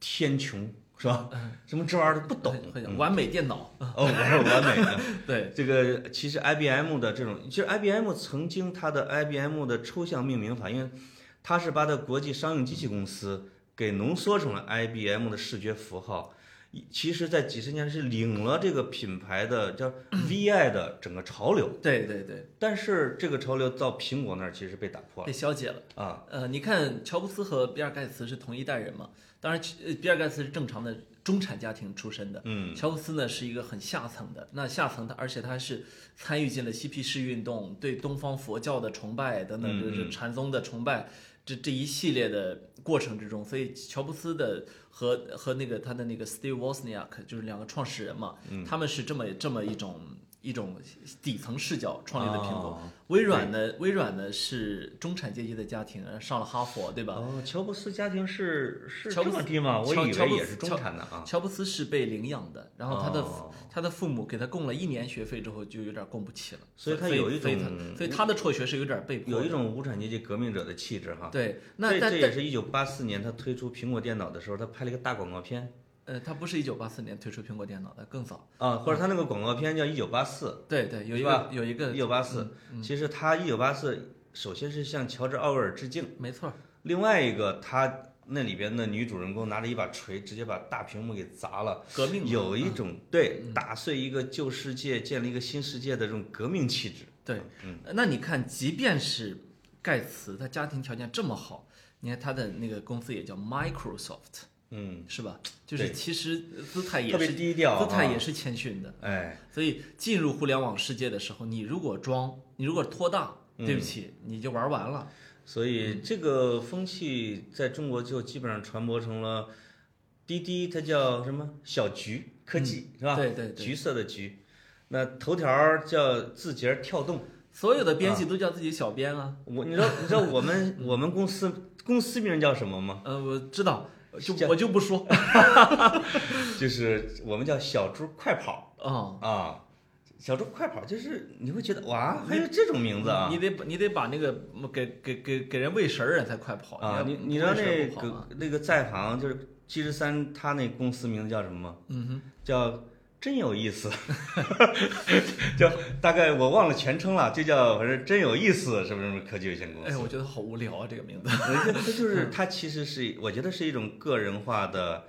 Speaker 2: 天穹是吧？什么这玩意儿都不懂。
Speaker 1: 嗯会
Speaker 2: 嗯
Speaker 1: 完美电脑，
Speaker 2: 哦，我是完美的。
Speaker 1: 对。
Speaker 2: 这个其实 IBM 的这种，其实 IBM 曾经它的 IBM 的抽象命名法，因为它是把它的国际商用机器公司给浓缩成了 IBM 的视觉符号。其实，在几十年是领了这个品牌的叫 VI 的整个潮流，
Speaker 1: 对对对，
Speaker 2: 但是这个潮流到苹果那儿其实被打破了
Speaker 1: 被消解了。
Speaker 2: 啊。
Speaker 1: 呃，你看乔布斯和比尔盖茨是同一代人嘛？当然，呃比尔盖茨是正常的中产家庭出身的，
Speaker 2: 嗯，
Speaker 1: 乔布斯呢是一个很下层的。那下层他，而且他还是参与进了嬉皮士运动，对东方佛教的崇拜等等，
Speaker 2: 嗯
Speaker 1: 就是禅宗的崇拜。这这一系列的过程之中，所以乔布斯的和和那个他的那个 Steve Wozniak 就是两个创始人嘛，
Speaker 2: 嗯
Speaker 1: 他们是这么这么一种一种底层视角创立的苹果。
Speaker 2: 哦
Speaker 1: 微软呢，微软呢是中产阶级的家庭，呃上了哈佛，对吧？
Speaker 2: 哦，乔布斯家庭是是
Speaker 1: 乔
Speaker 2: 这
Speaker 1: 布斯
Speaker 2: 么低吗？我
Speaker 1: 乔
Speaker 2: 以
Speaker 1: 乔
Speaker 2: 为
Speaker 1: 布
Speaker 2: 也
Speaker 1: 斯
Speaker 2: 是中
Speaker 1: 乔
Speaker 2: 产的啊。
Speaker 1: 乔布斯是被领养的，然后他的、
Speaker 2: 哦
Speaker 1: 他的父母给他供了一年学费之后，就有点供不起了，
Speaker 2: 所以他有一
Speaker 1: 所以
Speaker 2: 种
Speaker 1: 他所以他的辍学是有点被迫的，
Speaker 2: 有一种无产阶级革命者的气质哈。
Speaker 1: 对，那
Speaker 2: 这
Speaker 1: 但
Speaker 2: 这
Speaker 1: 但
Speaker 2: 也是一九八四年他推出苹果电脑的时候，他拍了一个大广告片
Speaker 1: 呃，他不是一九八四年推出苹果电脑的，更早，
Speaker 2: 啊，或者他那个广告片叫《一九八四
Speaker 1: 对对，有一
Speaker 2: 是吧
Speaker 1: 个有一》，个嗯
Speaker 2: 一九八四。其实他一九八四首先是向乔治·奥威尔致敬，
Speaker 1: 没错儿，
Speaker 2: 另外一个他那里边的女主人公拿着一把锤，直接把大屏幕给砸了。
Speaker 1: 革命嘛
Speaker 2: 有一
Speaker 1: 嗯
Speaker 2: 种对打碎一个旧世界，建立一个新世界的这种革命气质。
Speaker 1: 对，
Speaker 2: 嗯
Speaker 1: 那你看，即便是盖茨，他家庭条件这么好，你看他的那个公司也叫 Microsoft，
Speaker 2: 嗯，
Speaker 1: 是吧？就是
Speaker 2: 对
Speaker 1: 其实姿态也
Speaker 2: 特别
Speaker 1: 是
Speaker 2: 低调啊，
Speaker 1: 姿态也是谦逊的。
Speaker 2: 哎，
Speaker 1: 所以进入互联网世界的时候，你如果装，你如果托大，
Speaker 2: 嗯
Speaker 1: 对不起，你就玩完了。
Speaker 2: 所
Speaker 1: 嗯
Speaker 2: 以这个风气在中国就基本上传播成了滴滴，它叫什么小橘科技、是吧？
Speaker 1: 对嗯对对
Speaker 2: 橘色的橘。那头条儿叫字节儿跳动，
Speaker 1: 所有的编辑都叫自己小编啊。
Speaker 2: 我你知道你知道我们我们公司公司名叫什么吗？
Speaker 1: 呃，我知道，就是我就不说。
Speaker 2: 就是我们叫小猪快跑
Speaker 1: 哦，
Speaker 2: 啊，小猪快跑就是你会觉得哇，还有这种名字啊
Speaker 1: 你得你得把那个给给给给人喂食儿，人才快跑
Speaker 2: 啊！你你知道
Speaker 1: 要不
Speaker 2: 那
Speaker 1: 喂食儿不跑啊
Speaker 2: 个那个在行就是七十三，他那公司名字叫什么吗？
Speaker 1: 嗯哼，
Speaker 2: 叫真有意思， 叫大概我忘了全称了，就叫反正真有意思什么什么科技有限公司。
Speaker 1: 哎，我觉得好无聊啊，这个名字。
Speaker 2: 它它就是它其实是我觉得是一种个人化的，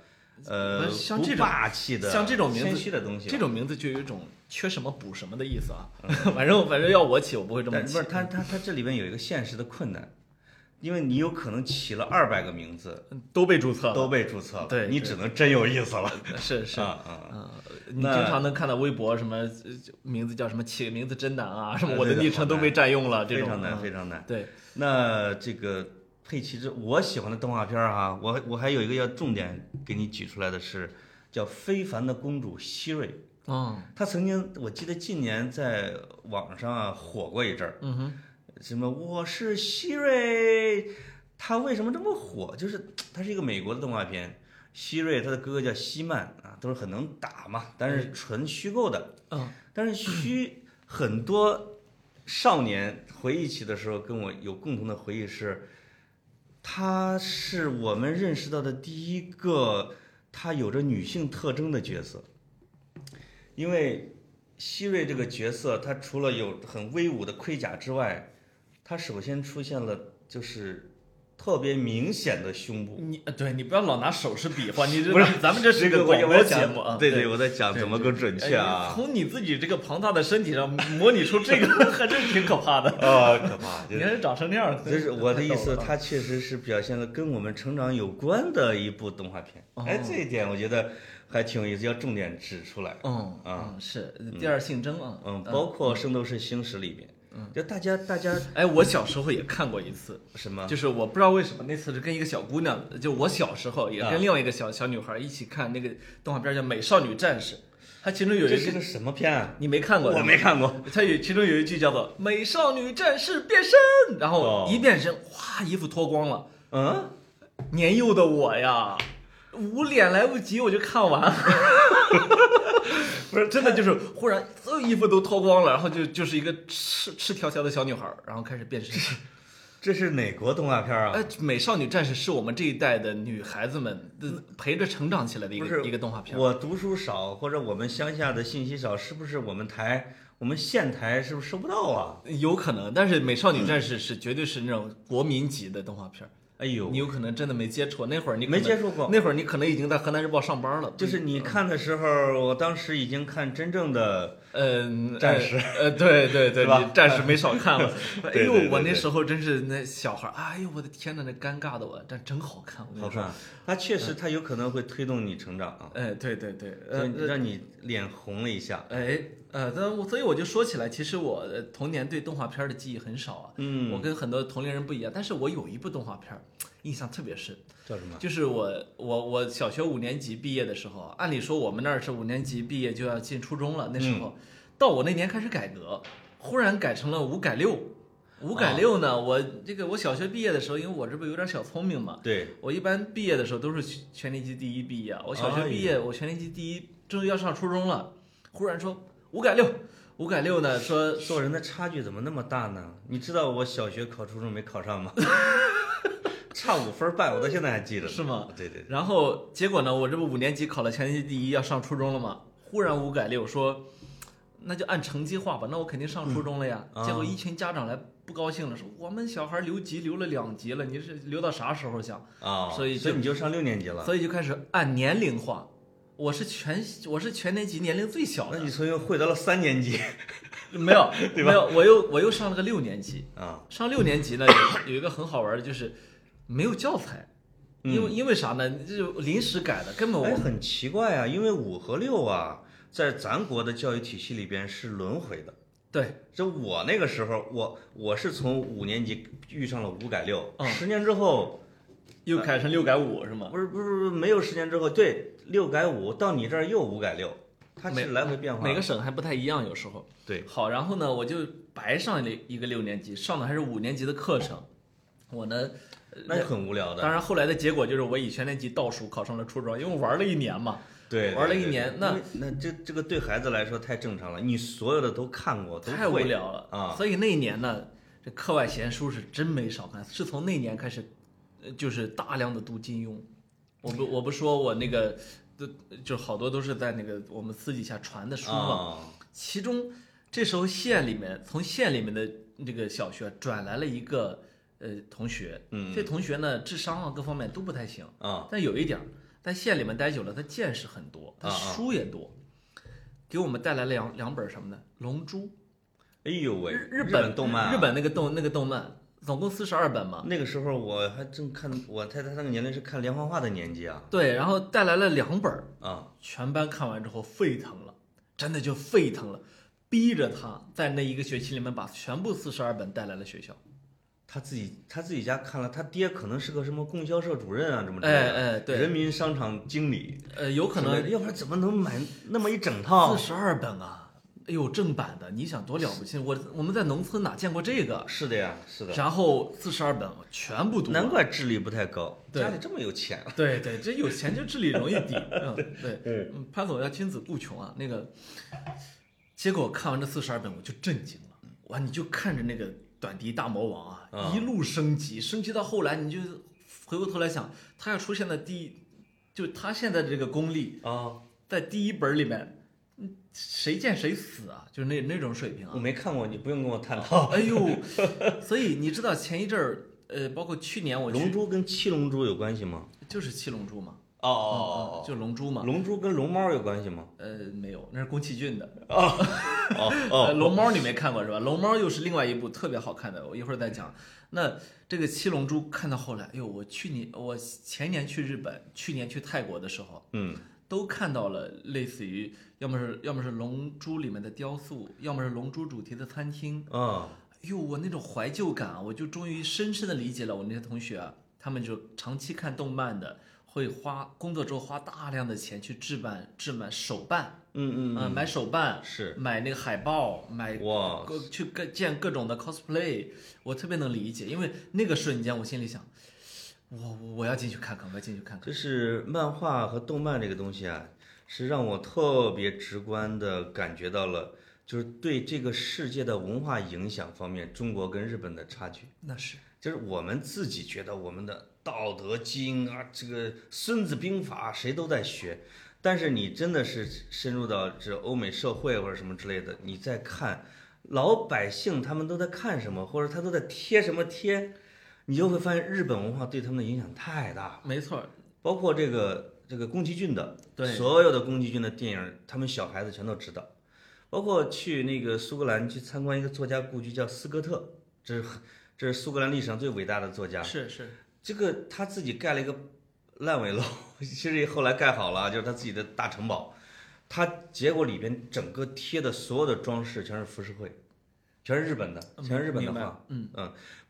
Speaker 2: 呃，
Speaker 1: 不是像
Speaker 2: 不
Speaker 1: 这种
Speaker 2: 霸气的，
Speaker 1: 像这种名字
Speaker 2: 谦虚的东西吧。
Speaker 1: 这种名字就有一种缺什么补什么的意思啊。 反正反正要我起，我不会这么
Speaker 2: 嗯但
Speaker 1: 起。
Speaker 2: 不是它它它这里面有一个现实的困难，因为你有可能起了二百个名字
Speaker 1: 嗯都被注册了，
Speaker 2: 都被注册了，
Speaker 1: 对
Speaker 2: 你
Speaker 1: 对
Speaker 2: 只能真有意思了。
Speaker 1: 是是。
Speaker 2: 啊啊啊！
Speaker 1: 嗯，你
Speaker 2: 那
Speaker 1: 经常能看到微博什么呃名字叫什么起个名字真难啊，什么
Speaker 2: 呃
Speaker 1: 我的
Speaker 2: 对
Speaker 1: 昵称都被占用了，这
Speaker 2: 非
Speaker 1: 种
Speaker 2: 常难，
Speaker 1: 嗯
Speaker 2: 非常难。
Speaker 1: 对，
Speaker 2: 那这个佩奇这我喜欢的动画片儿、哈，我我还有一个要重点给你举出来的是叫《非凡的公主希瑞》，
Speaker 1: 嗯
Speaker 2: 她曾经我记得近年在网上啊火过一阵儿，
Speaker 1: 嗯哼，
Speaker 2: 什么我是希瑞，她为什么这么火？就是它是一个美国的动画片。希瑞，他的哥哥叫希曼啊，都是很能打嘛，但是纯虚构的。
Speaker 1: 嗯，
Speaker 2: 但是虚很多少年回忆起的时候，跟我有共同的回忆是，她是我们认识到的第一个她有着女性特征的角色，因为希瑞这个角色，她除了有很威武的盔甲之外，她首先出现了就是特别明显的胸部。
Speaker 1: 你呃对你不要老拿手势 比划，你这
Speaker 2: 不是
Speaker 1: 咱们这是
Speaker 2: 这
Speaker 1: 个
Speaker 2: 我
Speaker 1: 广
Speaker 2: 我
Speaker 1: 播
Speaker 2: 在
Speaker 1: 节
Speaker 2: 讲
Speaker 1: 目啊，
Speaker 2: 对对，我在讲
Speaker 1: 对
Speaker 2: 怎么个准确啊
Speaker 1: 哎你。从你自己这个庞大的身体上模拟出这个， 还真挺可怕 的。
Speaker 2: 啊，可 怕！就
Speaker 1: 你
Speaker 2: 是
Speaker 1: 还是长成那样，
Speaker 2: 就是我的 意
Speaker 1: 太逗
Speaker 2: 思，
Speaker 1: 了啊
Speaker 2: 它确实是表现了跟我们成长有关的一部动画片。
Speaker 1: 哦
Speaker 2: 哎，这一点我觉得还挺有意思，要重点指出来。
Speaker 1: 嗯
Speaker 2: 啊
Speaker 1: 嗯是第二性征啊，
Speaker 2: 嗯，包括《圣斗士星矢》里面，
Speaker 1: 嗯
Speaker 2: 就大家大家
Speaker 1: 哎，我小时候也看过一次，
Speaker 2: 什么
Speaker 1: 就是我不知道为什么那次是跟一个小姑娘，就我小时候也
Speaker 2: 啊
Speaker 1: 跟另外一个小小女孩一起看那个动画片叫《美少女战士》，它其中有
Speaker 2: 这
Speaker 1: 一
Speaker 2: 是
Speaker 1: 个
Speaker 2: 个什么片啊？
Speaker 1: 你没看过，
Speaker 2: 我没。看过。
Speaker 1: 它有其中有一句叫做“美少女战士变身”，然后
Speaker 2: 哦
Speaker 1: 一变身，哗，衣服脱光了。
Speaker 2: 嗯，
Speaker 1: 年幼的我呀，捂脸来不及，我就看 完。不是真的，就是忽然所有衣服都脱光了，然后就就是一个赤赤条条的小女孩，然后开始变身。
Speaker 2: 这是哪国动画片啊？
Speaker 1: 哎，美少女战士是我们这一代的女孩子们呃陪着成长起来的一
Speaker 2: 嗯不是
Speaker 1: 个一个动画片儿。
Speaker 2: 我读书少，或者我们乡下的信息少，是不是我们台我们县台是不是收不到啊？
Speaker 1: 有可能，但是美少
Speaker 2: 嗯
Speaker 1: 女战士是绝对是那种国民级的动画片儿，
Speaker 2: 哎呦
Speaker 1: 你，有可能真的没接触。那会儿你可
Speaker 2: 没
Speaker 1: 能
Speaker 2: 接触过。
Speaker 1: 那会儿你可能已经在河南日报上班了。
Speaker 2: 就是你看的时候，我当时已经看真正的
Speaker 1: 嗯，呃
Speaker 2: 战士
Speaker 1: 呃，对对对，
Speaker 2: 是吧
Speaker 1: 你战士没少看了。哎
Speaker 2: 对对
Speaker 1: 呦，
Speaker 2: 对
Speaker 1: 我那
Speaker 2: 对
Speaker 1: 时候真是那小孩儿，哎呦我的天呐，那尴尬的我，但真好看，我跟
Speaker 2: 好
Speaker 1: 你说。
Speaker 2: 看，它确
Speaker 1: 嗯
Speaker 2: 实它有可能会推动你成长啊，
Speaker 1: 哎，对对对，呃
Speaker 2: 就，让你脸红了一下。
Speaker 1: 哎，呃，但我所以我就说起来，其实我呃童年对动画片儿的记忆很少啊。
Speaker 2: 嗯
Speaker 1: 我跟很多同龄人不一样，但是我有一部动画片儿印象特别深，
Speaker 2: 叫什么？
Speaker 1: 就是我我我小学五年级毕业的时候啊，按理说我们那儿是五年级毕业就要进初中了，那时候、到我那年开始改革，忽然改成了五改六。五改六呢，我这个我小学毕业的时候，因为我这不有点小聪明嘛，
Speaker 2: 对，
Speaker 1: 我一般毕业的时候都是全全年级第一毕业啊，我小学毕业，
Speaker 2: 哎
Speaker 1: 我全年级第一，终于要上初中了，忽然说五改六，五改六呢说
Speaker 2: 做人的差距怎么那么大呢？你知道我小学考初中没考上吗？ 差五分半，我到现在还记着。
Speaker 1: 是吗？
Speaker 2: 对对，
Speaker 1: 然后结果呢，我这不五年级考了全年级第一，要上初中了嘛，忽然五改六说，那就按成绩划吧，那我肯定上初中了呀。
Speaker 2: 嗯啊
Speaker 1: 结果一群家长来不高兴了，说我们小孩留级留了两级了，你是留到啥时候想？
Speaker 2: 啊，
Speaker 1: 所以就
Speaker 2: 所以你就上六年级了。
Speaker 1: 所以就开始按年龄划。我是全我是全年级年龄最小
Speaker 2: 那
Speaker 1: 的，
Speaker 2: 你重新回到了三年级
Speaker 1: 没有
Speaker 2: 对
Speaker 1: 没
Speaker 2: 吧
Speaker 1: 有，我又我又上了个六年级。
Speaker 2: 啊，
Speaker 1: 上六年级呢，有有一个很好玩的，就是没有教材，因为因为啥呢？就临时改的，根本
Speaker 2: 嗯哎，
Speaker 1: 我
Speaker 2: 很奇怪啊，因为五和六啊，在咱国的教育体系里边是轮回的。
Speaker 1: 对
Speaker 2: 这我那个时候，我我是从五年级遇上了五改六，
Speaker 1: 嗯
Speaker 2: 十年之后
Speaker 1: 又改成六改五是吗？
Speaker 2: 不是不是不是没有十年之后，对六改五到你这儿又五改六，它
Speaker 1: 每
Speaker 2: 是来回变化的。
Speaker 1: 每个省还不太一样，有时候。
Speaker 2: 对，
Speaker 1: 好，然后呢，我就白上了一个六年级，上的还是五年级的课程。我呢，
Speaker 2: 那是很无聊的。
Speaker 1: 当然后来的结果就是我以全年级倒数考上了初中，因为玩了一年嘛。
Speaker 2: 对，对
Speaker 1: 玩了一
Speaker 2: 对
Speaker 1: 年
Speaker 2: 对
Speaker 1: 那
Speaker 2: 因为那这这个对孩子来说太正常了，你所有的都看过，都
Speaker 1: 太无
Speaker 2: 会
Speaker 1: 聊了
Speaker 2: 啊
Speaker 1: 所以那一年呢，这课外闲书是真没少看。是从那年开始，呃就是大量的读金庸。我不我不说我那个，都就好多都是在那个我们私底下传的书嘛。
Speaker 2: 啊，
Speaker 1: 其中这时候县里面从县里面的那个小学转来了一个呃同学，
Speaker 2: 嗯
Speaker 1: 这同学呢智商啊各方面都不太行。
Speaker 2: 啊
Speaker 1: 但有一点儿，在县里面待久了，他见识很多，他
Speaker 2: 啊啊
Speaker 1: 书也多，给我们带来了两两本儿什么呢？《龙珠》。
Speaker 2: 哎呦喂，
Speaker 1: 日
Speaker 2: 日
Speaker 1: 本
Speaker 2: 动漫啊，啊
Speaker 1: 日本那个动那个动漫，总共四十二本嘛。
Speaker 2: 那个时候我还正看，我太太那个年龄是看连环画的年纪啊
Speaker 1: 对，然后带来了两本儿，
Speaker 2: 啊！
Speaker 1: 全班看完之后沸腾了，真的就沸腾了，逼着他在那一个学期里面把全部四十二本带来了学校。
Speaker 2: 他自己他自己家看了，他爹可能是个什么供销社主任啊，什么之类
Speaker 1: 哎
Speaker 2: 的，
Speaker 1: 哎，对，
Speaker 2: 人民商场经理，
Speaker 1: 呃，有可
Speaker 2: 之
Speaker 1: 能
Speaker 2: 类的要不然怎么能买那么一整套
Speaker 1: 四？十二本啊，哎呦，正版的，你想多了不起？我我们在农村哪见过这个？
Speaker 2: 是的呀，是的，
Speaker 1: 然后四十二本我全部读完
Speaker 2: 难怪智力不太高，
Speaker 1: 对
Speaker 2: 家里这么有钱
Speaker 1: 对对，这有钱就智力容易低。嗯，对，
Speaker 2: 嗯
Speaker 1: 嗯，潘总要君子固穷啊。那个，结果看完这四十二本，我就震惊了。哇，你就看着那个短笛大魔王啊，
Speaker 2: 啊
Speaker 1: 一路升级，升级到后来，你就回过头来想，他要出现在第一，就他现在的这个功力，
Speaker 2: 啊！
Speaker 1: 在第一本里面，嗯谁见谁死啊，就是那那种水平啊
Speaker 2: 我。没看过，你不用跟我探讨。
Speaker 1: 哎呦，所以你知道前一阵儿，呃，包括去年我
Speaker 2: 龙
Speaker 1: 去
Speaker 2: 珠跟七龙珠有关系吗？
Speaker 1: 就是七龙珠嘛，
Speaker 2: 哦嗯
Speaker 1: 嗯嗯就龙珠嘛。
Speaker 2: 龙珠跟龙猫有关系吗？
Speaker 1: 呃，没有，那是宫崎骏的。
Speaker 2: 哦
Speaker 1: 呃，
Speaker 2: 哦，
Speaker 1: 龙猫你没看过是吧？龙猫又是另外一部特别好看的，我一会儿再讲。那这个七龙珠看到后来，哎呦，我去年我前年去日本，去年去泰国的时候，
Speaker 2: 嗯，
Speaker 1: 都看到了类似于要么是要么是龙珠里面的雕塑，要么是龙珠主题的餐厅。
Speaker 2: 啊
Speaker 1: 哎呦，我那种怀旧感啊，我就终于深深的理解了我那些同学啊，他们就长期看动漫的，会花工作之后花大量的钱去置办置办手办，
Speaker 2: 嗯嗯
Speaker 1: 啊，买手办，
Speaker 2: 是
Speaker 1: 买那个海报，买
Speaker 2: 哇，
Speaker 1: 各去各见各种的 cosplay，我特别能理解，因为那个瞬间我心里想，我我我要进去看看，我要进去看看。
Speaker 2: 就是漫画和动漫这个东西啊，是让我特别直观的感觉到了，就是对这个世界的文化影响方面，中国跟日本的差距。
Speaker 1: 那是
Speaker 2: 就是我们自己觉得我们的《道德经》啊，这个《孙子兵法》谁都在学，但是你真的是深入到这欧美社会或者什么之类的，你在看老百姓他们都在看什么，或者他都在贴什么贴，你就会发现日本文化对他们的影响太大了。
Speaker 1: 没错儿，
Speaker 2: 包括这个这个宫崎骏的，
Speaker 1: 对
Speaker 2: 所有的宫崎骏的电影，他们小孩子全都知道。包括去那个苏格兰去参观一个作家故居，叫斯科特，这是这是苏格兰历史上最伟大的作家。
Speaker 1: 是是，
Speaker 2: 这个他自己盖了一个烂尾楼， 其实后来盖好了，就是他自己的大城堡。他结果里边整个贴的所有的装饰全是浮世绘，全是日本的，全是日本的
Speaker 1: 嗯明白
Speaker 2: 画。
Speaker 1: 了嗯，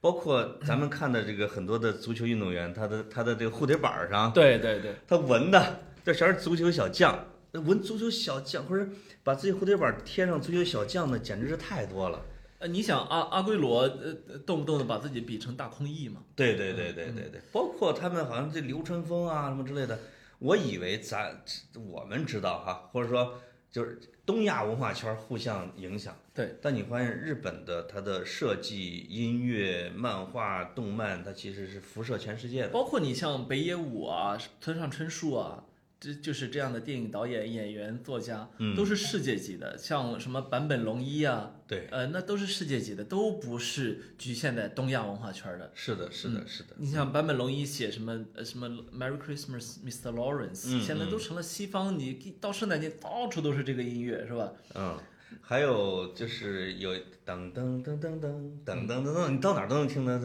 Speaker 2: 包括咱们看的这个很多的足球运动员，他的他的这个护腿板儿上，
Speaker 1: 对对对，
Speaker 2: 他纹的，这全是足球小将，纹足球小将，或者把自己蝴蝶板贴上足球小将的，简直是太多了。
Speaker 1: 呃，你想阿阿圭罗，呃，呃动不动的把自己比成大空翼嘛？
Speaker 2: 对对对对对对，包括他们好像这流川枫啊什么之类的，我以为咱我们知道哈、或者说就是东亚文化圈互相影响。
Speaker 1: 对，
Speaker 2: 但你发现日本的它的设计、音乐、漫画、动漫，它其实是辐射全世界的。
Speaker 1: 包括你像北野武啊、村上春树啊，这就是这样的电影导演、演员、作家，
Speaker 2: 嗯
Speaker 1: 都是世界级的，像什么坂本龙一啊，
Speaker 2: 对，
Speaker 1: 呃，那都是世界级的，都不是局限在东亚文化圈的。
Speaker 2: 是的，是的，是的，
Speaker 1: 你像坂本龙一写什么呃什么 Merry Christmas Mr. Lawrence，、
Speaker 2: 嗯
Speaker 1: 现在都成了西方，你一到圣诞节到处都是这个音乐，是吧？
Speaker 2: 嗯。还有就是有噔噔噔噔噔噔噔噔噔，你到哪儿都能听到，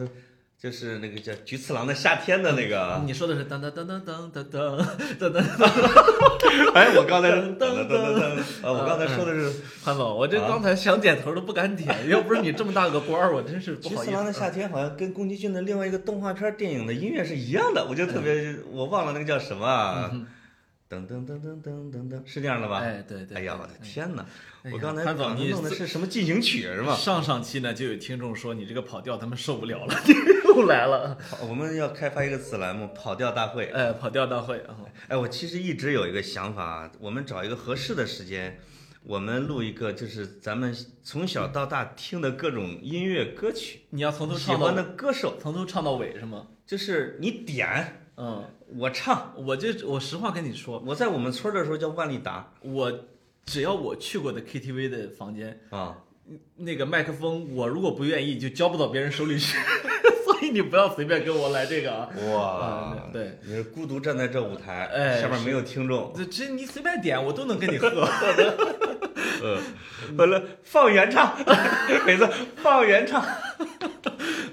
Speaker 2: 就是那个叫菊次郎的夏天的那个，
Speaker 1: 你说的是噔噔噔噔噔噔噔噔噔，
Speaker 2: 哎，我刚才
Speaker 1: 噔
Speaker 2: 噔
Speaker 1: 噔
Speaker 2: 噔
Speaker 1: 噔
Speaker 2: 噔噔，啊，我刚才说的是
Speaker 1: 潘总，我这
Speaker 2: 啊
Speaker 1: 刚才想点头都不敢点，要不是你这么大个官儿，我真是不
Speaker 2: 菊
Speaker 1: 好
Speaker 2: 次
Speaker 1: 意
Speaker 2: 郎的
Speaker 1: 思。
Speaker 2: 夏天，好嗯像跟宫崎骏的另外一个动画片电影的音乐是一样的，我就特别，我忘了那个叫什么啊，噔噔噔噔噔噔噔，是这样的吧？
Speaker 1: 哎，对对，
Speaker 2: 哎呀，我
Speaker 1: 对
Speaker 2: 的天哪！
Speaker 1: 哎呀
Speaker 2: 我刚才
Speaker 1: 潘总
Speaker 2: 好像
Speaker 1: 你
Speaker 2: 弄的是什么进行曲是 吧？
Speaker 1: 上上期呢，就有听众说你这个跑调，他们受不了 了，你又来了。
Speaker 2: 好我们要开发一个子栏目《跑调大会》。
Speaker 1: 哎，跑调大会啊！
Speaker 2: 哎，我其实一直有一个想法啊，我们找一个合适的时间，我们录一个就是咱们从小到大听的各种音乐歌曲，
Speaker 1: 你要从头
Speaker 2: 喜
Speaker 1: 唱到
Speaker 2: 欢的歌手，
Speaker 1: 从头唱到尾是吗？
Speaker 2: 就是你点
Speaker 1: 嗯，
Speaker 2: 我唱。
Speaker 1: 我就我实话跟你说，
Speaker 2: 我在我们村儿的时候叫万丽达
Speaker 1: 我只要我去过的 KTV 的房间，
Speaker 2: 啊，
Speaker 1: 那个麦克风，我如果不愿意就交不到别人手里去， 所以你不要随便跟我来这个啊。啊
Speaker 2: 哇，
Speaker 1: 对，
Speaker 2: 你是孤独站在这舞台，
Speaker 1: 哎
Speaker 2: 下面没有听众，
Speaker 1: 这这你随便点，我都能跟你喝。
Speaker 2: 呃， 完了放原唱， 每次放原唱，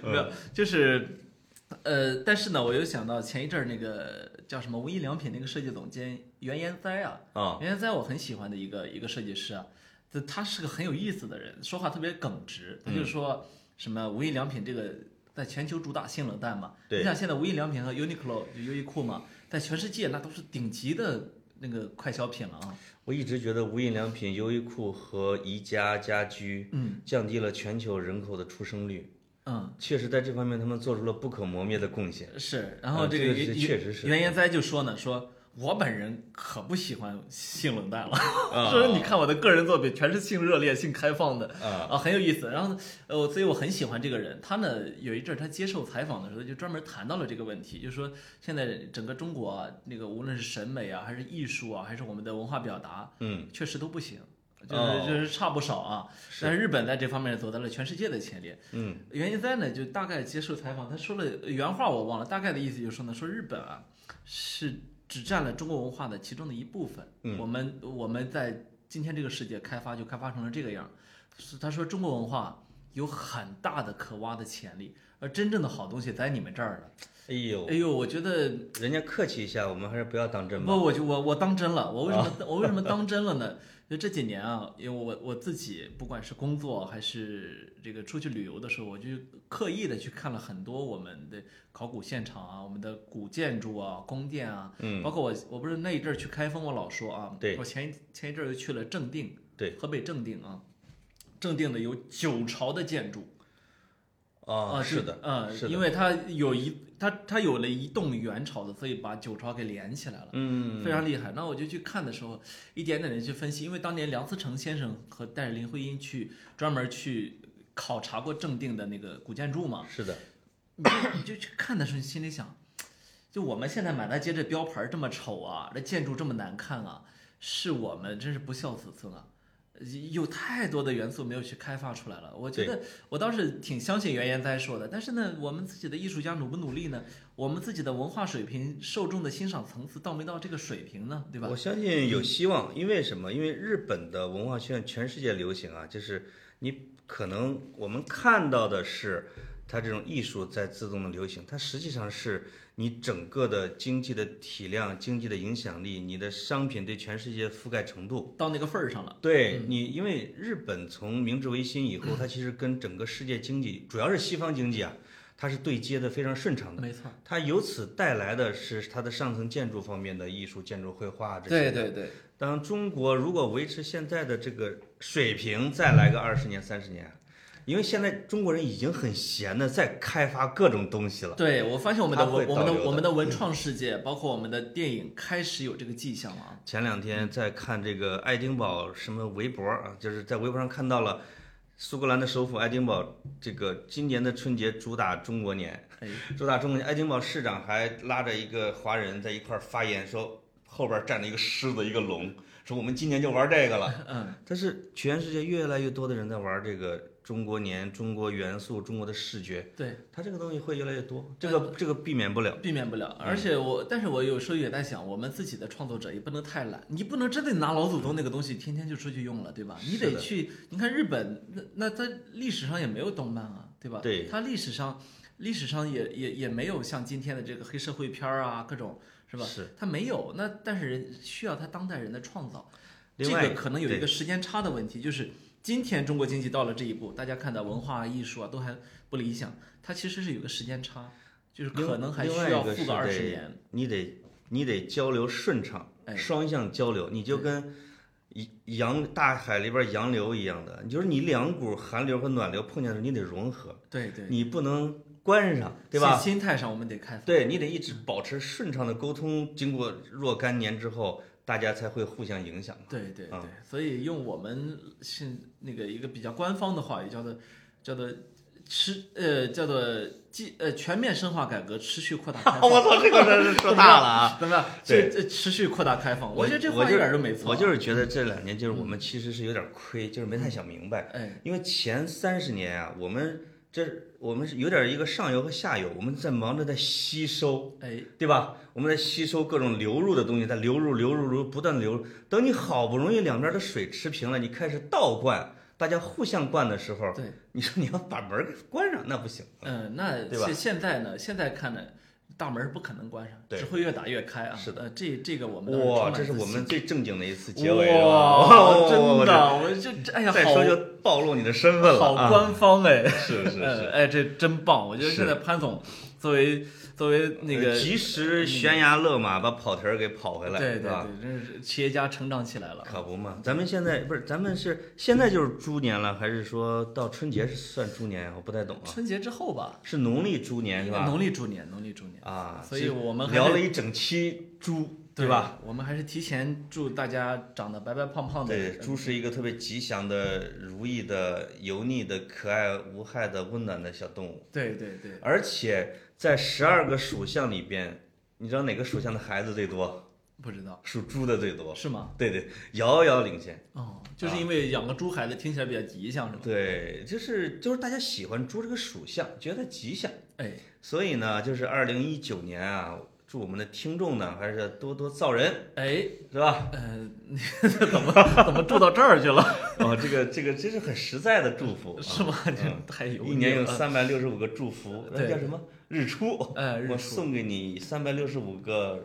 Speaker 1: 没有，就是，呃，但是呢，我又想到前一阵儿那个叫什么无印良品那个设计总监袁研哉啊，
Speaker 2: 啊，
Speaker 1: 袁研哉我很喜欢的一个一个设计师啊，他他是个很有意思的人，说话特别耿直，他
Speaker 2: 嗯
Speaker 1: 就说什么无印良品这个在全球主打性冷淡嘛，
Speaker 2: 对
Speaker 1: 你想现在无印良品和 Uniqlo 就优衣库嘛，在全世界那都是顶级的那个快消品了啊，
Speaker 2: 我一直觉得无印良品、优衣库和宜家家居，
Speaker 1: 嗯，
Speaker 2: 降低了全球人口的出生率，
Speaker 1: 嗯。
Speaker 2: 确实在这方面他们做出了不可磨灭的贡 献。
Speaker 1: 是，然后
Speaker 2: 嗯
Speaker 1: 这个
Speaker 2: 这个
Speaker 1: 袁
Speaker 2: 是确实是嗯
Speaker 1: 袁研哉就说呢，说我本人可不喜欢性冷淡了，
Speaker 2: 啊
Speaker 1: 说你看我的个人作品全是性热烈、性开放的
Speaker 2: 啊
Speaker 1: 很有意思。然后呃，我所以我很喜欢这个人。他呢有一阵儿他接受采访的时候就专门谈到了这个问题，就说现在整个中国啊，那个无论是审美啊，还是艺术啊，还是我们的文化表达，
Speaker 2: 嗯，
Speaker 1: 确实都不行，就是、
Speaker 2: 哦
Speaker 1: 就是差不少啊。
Speaker 2: 是
Speaker 1: 但是日本在这方面走在了全世界的前列。
Speaker 2: 嗯，
Speaker 1: 袁一哉呢，就大概接受采访，他说了原话我忘了，大概的意思就是说呢，说日本啊是只占了中国文化的其中的一部分。
Speaker 2: 嗯
Speaker 1: 我们我们在今天这个世界开发就开发成了这个样儿。是他说中国文化有很大的可挖的潜力，而真正的好东西在你们这儿呢。
Speaker 2: 哎呦，
Speaker 1: 哎呦，我觉得
Speaker 2: 人家客气一下，我们还是不要当真吧。
Speaker 1: 不，我就我我当真了。我为什
Speaker 2: 啊
Speaker 1: 么、我为什么当真了呢？就这几年啊，因为我我自己不管是工作还是这个出去旅游的时候，我就刻意的去看了很多我们的考古现场啊，我们的古建筑啊、宫殿啊，
Speaker 2: 嗯，
Speaker 1: 包括我我不是那一阵儿去开封，我老说啊，
Speaker 2: 对
Speaker 1: 我前一前一阵儿又去了正定，
Speaker 2: 对，
Speaker 1: 河北正定啊，正定的有九朝的建筑。
Speaker 2: 啊，是的，
Speaker 1: 嗯，
Speaker 2: 是的
Speaker 1: 因为它有一，它它有了一栋元朝的，所以把九朝给连起来了。
Speaker 2: 嗯，
Speaker 1: 非常厉害。那我就去看的时候，一点点的去分析，因为当年梁思成先生和带着林徽因去专门去考察过正定的那个古建筑嘛，
Speaker 2: 是的，
Speaker 1: 你就你就去看的时候，你心里想，就我们现在满大街这标牌这么丑啊，这建筑这么难看啊，是我们真是不孝子孙啊。呃有太多的元素没有去开发出来了，我觉得我倒是挺相信袁研哉说的，但是呢，我们自己的艺术家努不努力呢？我们自己的文化水平、受众的欣赏层次到没到这个水平呢？对吧？
Speaker 2: 我相信有希望，因为什么？因为日本的文化圈全世界流行啊，就是你可能我们看到的是它这种艺术在自动的流行，它实际上是你整个的经济的体量、经济的影响力、你的商品对全世界覆盖程度。
Speaker 1: 到那个份儿上了。
Speaker 2: 对你，因为日本从明治维新以后，它其实跟整个世界经济，主要是西方经济啊，它是对接的非常顺畅的。
Speaker 1: 没错，
Speaker 2: 它由此带来的是它的上层建筑方面的艺术、建筑、绘画这些。
Speaker 1: 对对对，
Speaker 2: 当中国如果维持现在的这个水平，再来个二十年、三十年，因为现在中国人已经很闲的在开发各种东西了。
Speaker 1: 对我发现我们的
Speaker 2: 它
Speaker 1: 文、
Speaker 2: 会
Speaker 1: 我们
Speaker 2: 导
Speaker 1: 的
Speaker 2: 流的嗯
Speaker 1: 我们的文创世界，包括我们的电影，开始有这个迹象了啊。
Speaker 2: 前两天在看这个爱丁堡什么围脖啊，就是在微博上看到了苏格兰的首府爱丁堡，这个今年的春节主打中国年，
Speaker 1: 哎，
Speaker 2: 主打中国年，爱丁堡市长还拉着一个华人在一块儿发言说。后边站着一个狮子，一个龙，说我们今年就玩这个了。
Speaker 1: 嗯，
Speaker 2: 但是全世界越来越多的人在玩这个中国年、中国元素、中国的视觉，
Speaker 1: 对，
Speaker 2: 它这个东西会越来越多，这个这个避免不了。嗯
Speaker 1: 避免不了。而且我，但是我有时候也在想，我们自己的创作者也不能太懒，你不能真的拿老祖宗那个东西天天就出去用了，对吧？你
Speaker 2: 是
Speaker 1: 得
Speaker 2: 的
Speaker 1: 去，你看日本，那那在历史上也没有动漫啊，对吧？
Speaker 2: 对
Speaker 1: 它历史上历史上也也也没有像今天的这个黑社会片儿啊，各种是吧？
Speaker 2: 是
Speaker 1: 它没有，那但是人需要他当代人的创造，这
Speaker 2: 另外
Speaker 1: 个可能有一
Speaker 2: 对
Speaker 1: 个时间差的问题，就是今天中国经济到了这一步，大家看到文化艺术啊都还不理想，它其实是有个时间差，就是可能还需要付个二十年。
Speaker 2: 你得你得交流顺畅，
Speaker 1: 哎
Speaker 2: 双向交流，你就跟一洋大海里边洋流一样的，你就是你两股寒流和暖流碰见的时候，你得融合，
Speaker 1: 对对，
Speaker 2: 你不能关上，对吧？
Speaker 1: 心心态上我们得开放。
Speaker 2: 对你得一直保持顺畅的沟通，经过若干年之后，大家才会互 相影响。
Speaker 1: 对对对
Speaker 2: 嗯，
Speaker 1: 所以用我们现那个一个比较官方的话语叫做叫做持呃叫做继呃全面深化改革，持续扩大开放。
Speaker 2: 我操，这个真是说大了啊！
Speaker 1: 怎么样？这这持续扩大开放，我觉得这
Speaker 2: 我
Speaker 1: 话
Speaker 2: 就
Speaker 1: 一点儿都没错。啊嗯
Speaker 2: 我就是觉得这两年就是我们其实是有点亏，就是没太想明白。
Speaker 1: 哎，
Speaker 2: 因为前三十年啊，我们这我们是有点一个上游和下游，我们在忙着在吸收，
Speaker 1: 哎，
Speaker 2: 对吧？我们在吸收各种流入的东西，在流入、流入、流入，不断地流入。等你好不容易两边的水持平了，你开始倒灌，大家互相灌的时候，
Speaker 1: 对，
Speaker 2: 你说你要把门给关上，那不行。
Speaker 1: 嗯、那
Speaker 2: 对吧
Speaker 1: 现现在呢？现在看呢，大门儿不可能关上，
Speaker 2: 对
Speaker 1: 只会越打越开啊。
Speaker 2: 是的
Speaker 1: 呃，这这个我们倒
Speaker 2: 哇，
Speaker 1: 充满
Speaker 2: 这是
Speaker 1: 自
Speaker 2: 我
Speaker 1: 信
Speaker 2: 们最正经的一次结尾，是吧
Speaker 1: 哇，真。
Speaker 2: 哇
Speaker 1: 的，我就这哎呀，
Speaker 2: 再
Speaker 1: 好
Speaker 2: 说就暴露你的身份了
Speaker 1: 好
Speaker 2: 啊！
Speaker 1: 官方哎，
Speaker 2: 是是
Speaker 1: 呃
Speaker 2: 是，
Speaker 1: 哎，这真棒！我觉得
Speaker 2: 是
Speaker 1: 现在潘总作为作为那个
Speaker 2: 呃及时悬崖勒马，把跑题儿给跑回来，
Speaker 1: 对对
Speaker 2: 是吧？
Speaker 1: 对，真是企业家成长起来了。
Speaker 2: 可不嘛，咱们现在不是，咱们是现在就是猪年了，还是说到春节是算猪年呀？我不太懂啊。
Speaker 1: 春节之后吧，
Speaker 2: 是农历猪年是
Speaker 1: 因为
Speaker 2: 吧？
Speaker 1: 农历猪年，农历猪年，
Speaker 2: 啊，
Speaker 1: 所以我们还
Speaker 2: 聊
Speaker 1: 得
Speaker 2: 了一整期猪，对吧？？
Speaker 1: 我们还是提前祝大家长得白白胖胖的。
Speaker 2: 对，猪是一个特别吉祥的、如意的、油腻的、可爱无害的、温暖的小动物，
Speaker 1: 对对对，
Speaker 2: 而且在十二个属相里边，你知道哪个属相的孩子最多？
Speaker 1: 不知道
Speaker 2: 属猪的最多。
Speaker 1: 是吗？
Speaker 2: 对对，遥遥领先。
Speaker 1: 哦，
Speaker 2: 啊
Speaker 1: 就是因为养个猪孩子听起来比较吉祥，是吗？
Speaker 2: 对，就是就是大家喜欢猪这个属相，觉得吉祥。
Speaker 1: 哎，
Speaker 2: 所以呢，就是二零一九年啊，祝我们的听众呢，还是要多多造人，
Speaker 1: 哎，
Speaker 2: 是吧？
Speaker 1: 呃，你 怎么怎么住到这儿去了？
Speaker 2: 哦，这个这个真是很实在的祝福，
Speaker 1: 是吗？
Speaker 2: 嗯
Speaker 1: 这太油腻
Speaker 2: 一年有
Speaker 1: 了
Speaker 2: 三百六十五个祝福，那
Speaker 1: 对
Speaker 2: 叫什么日出？
Speaker 1: 哎日
Speaker 2: 我
Speaker 1: 出
Speaker 2: 送给你三百六十五个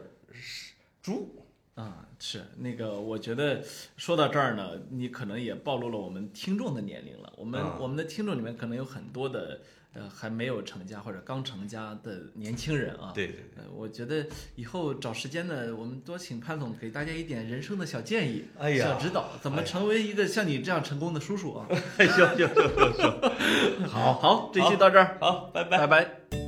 Speaker 2: 猪。
Speaker 1: 啊、是那个，我觉得说到这儿呢，你可能也暴露了我们听众的年龄了。我们、
Speaker 2: 啊
Speaker 1: 我们的听众里面可能有很多的呃还没有成家或者刚成家的年轻人啊。
Speaker 2: 对对
Speaker 1: 呃，我觉得以后找时间呢，我们多请潘总给大家一点人生的小建议、
Speaker 2: 哎呀
Speaker 1: 小指导，怎么成为一个像你这样成功的 叔叔啊？
Speaker 2: 哎对，行行行行，
Speaker 1: 好好，这期到这儿，
Speaker 2: 好，拜
Speaker 1: 拜
Speaker 2: 拜。
Speaker 1: 拜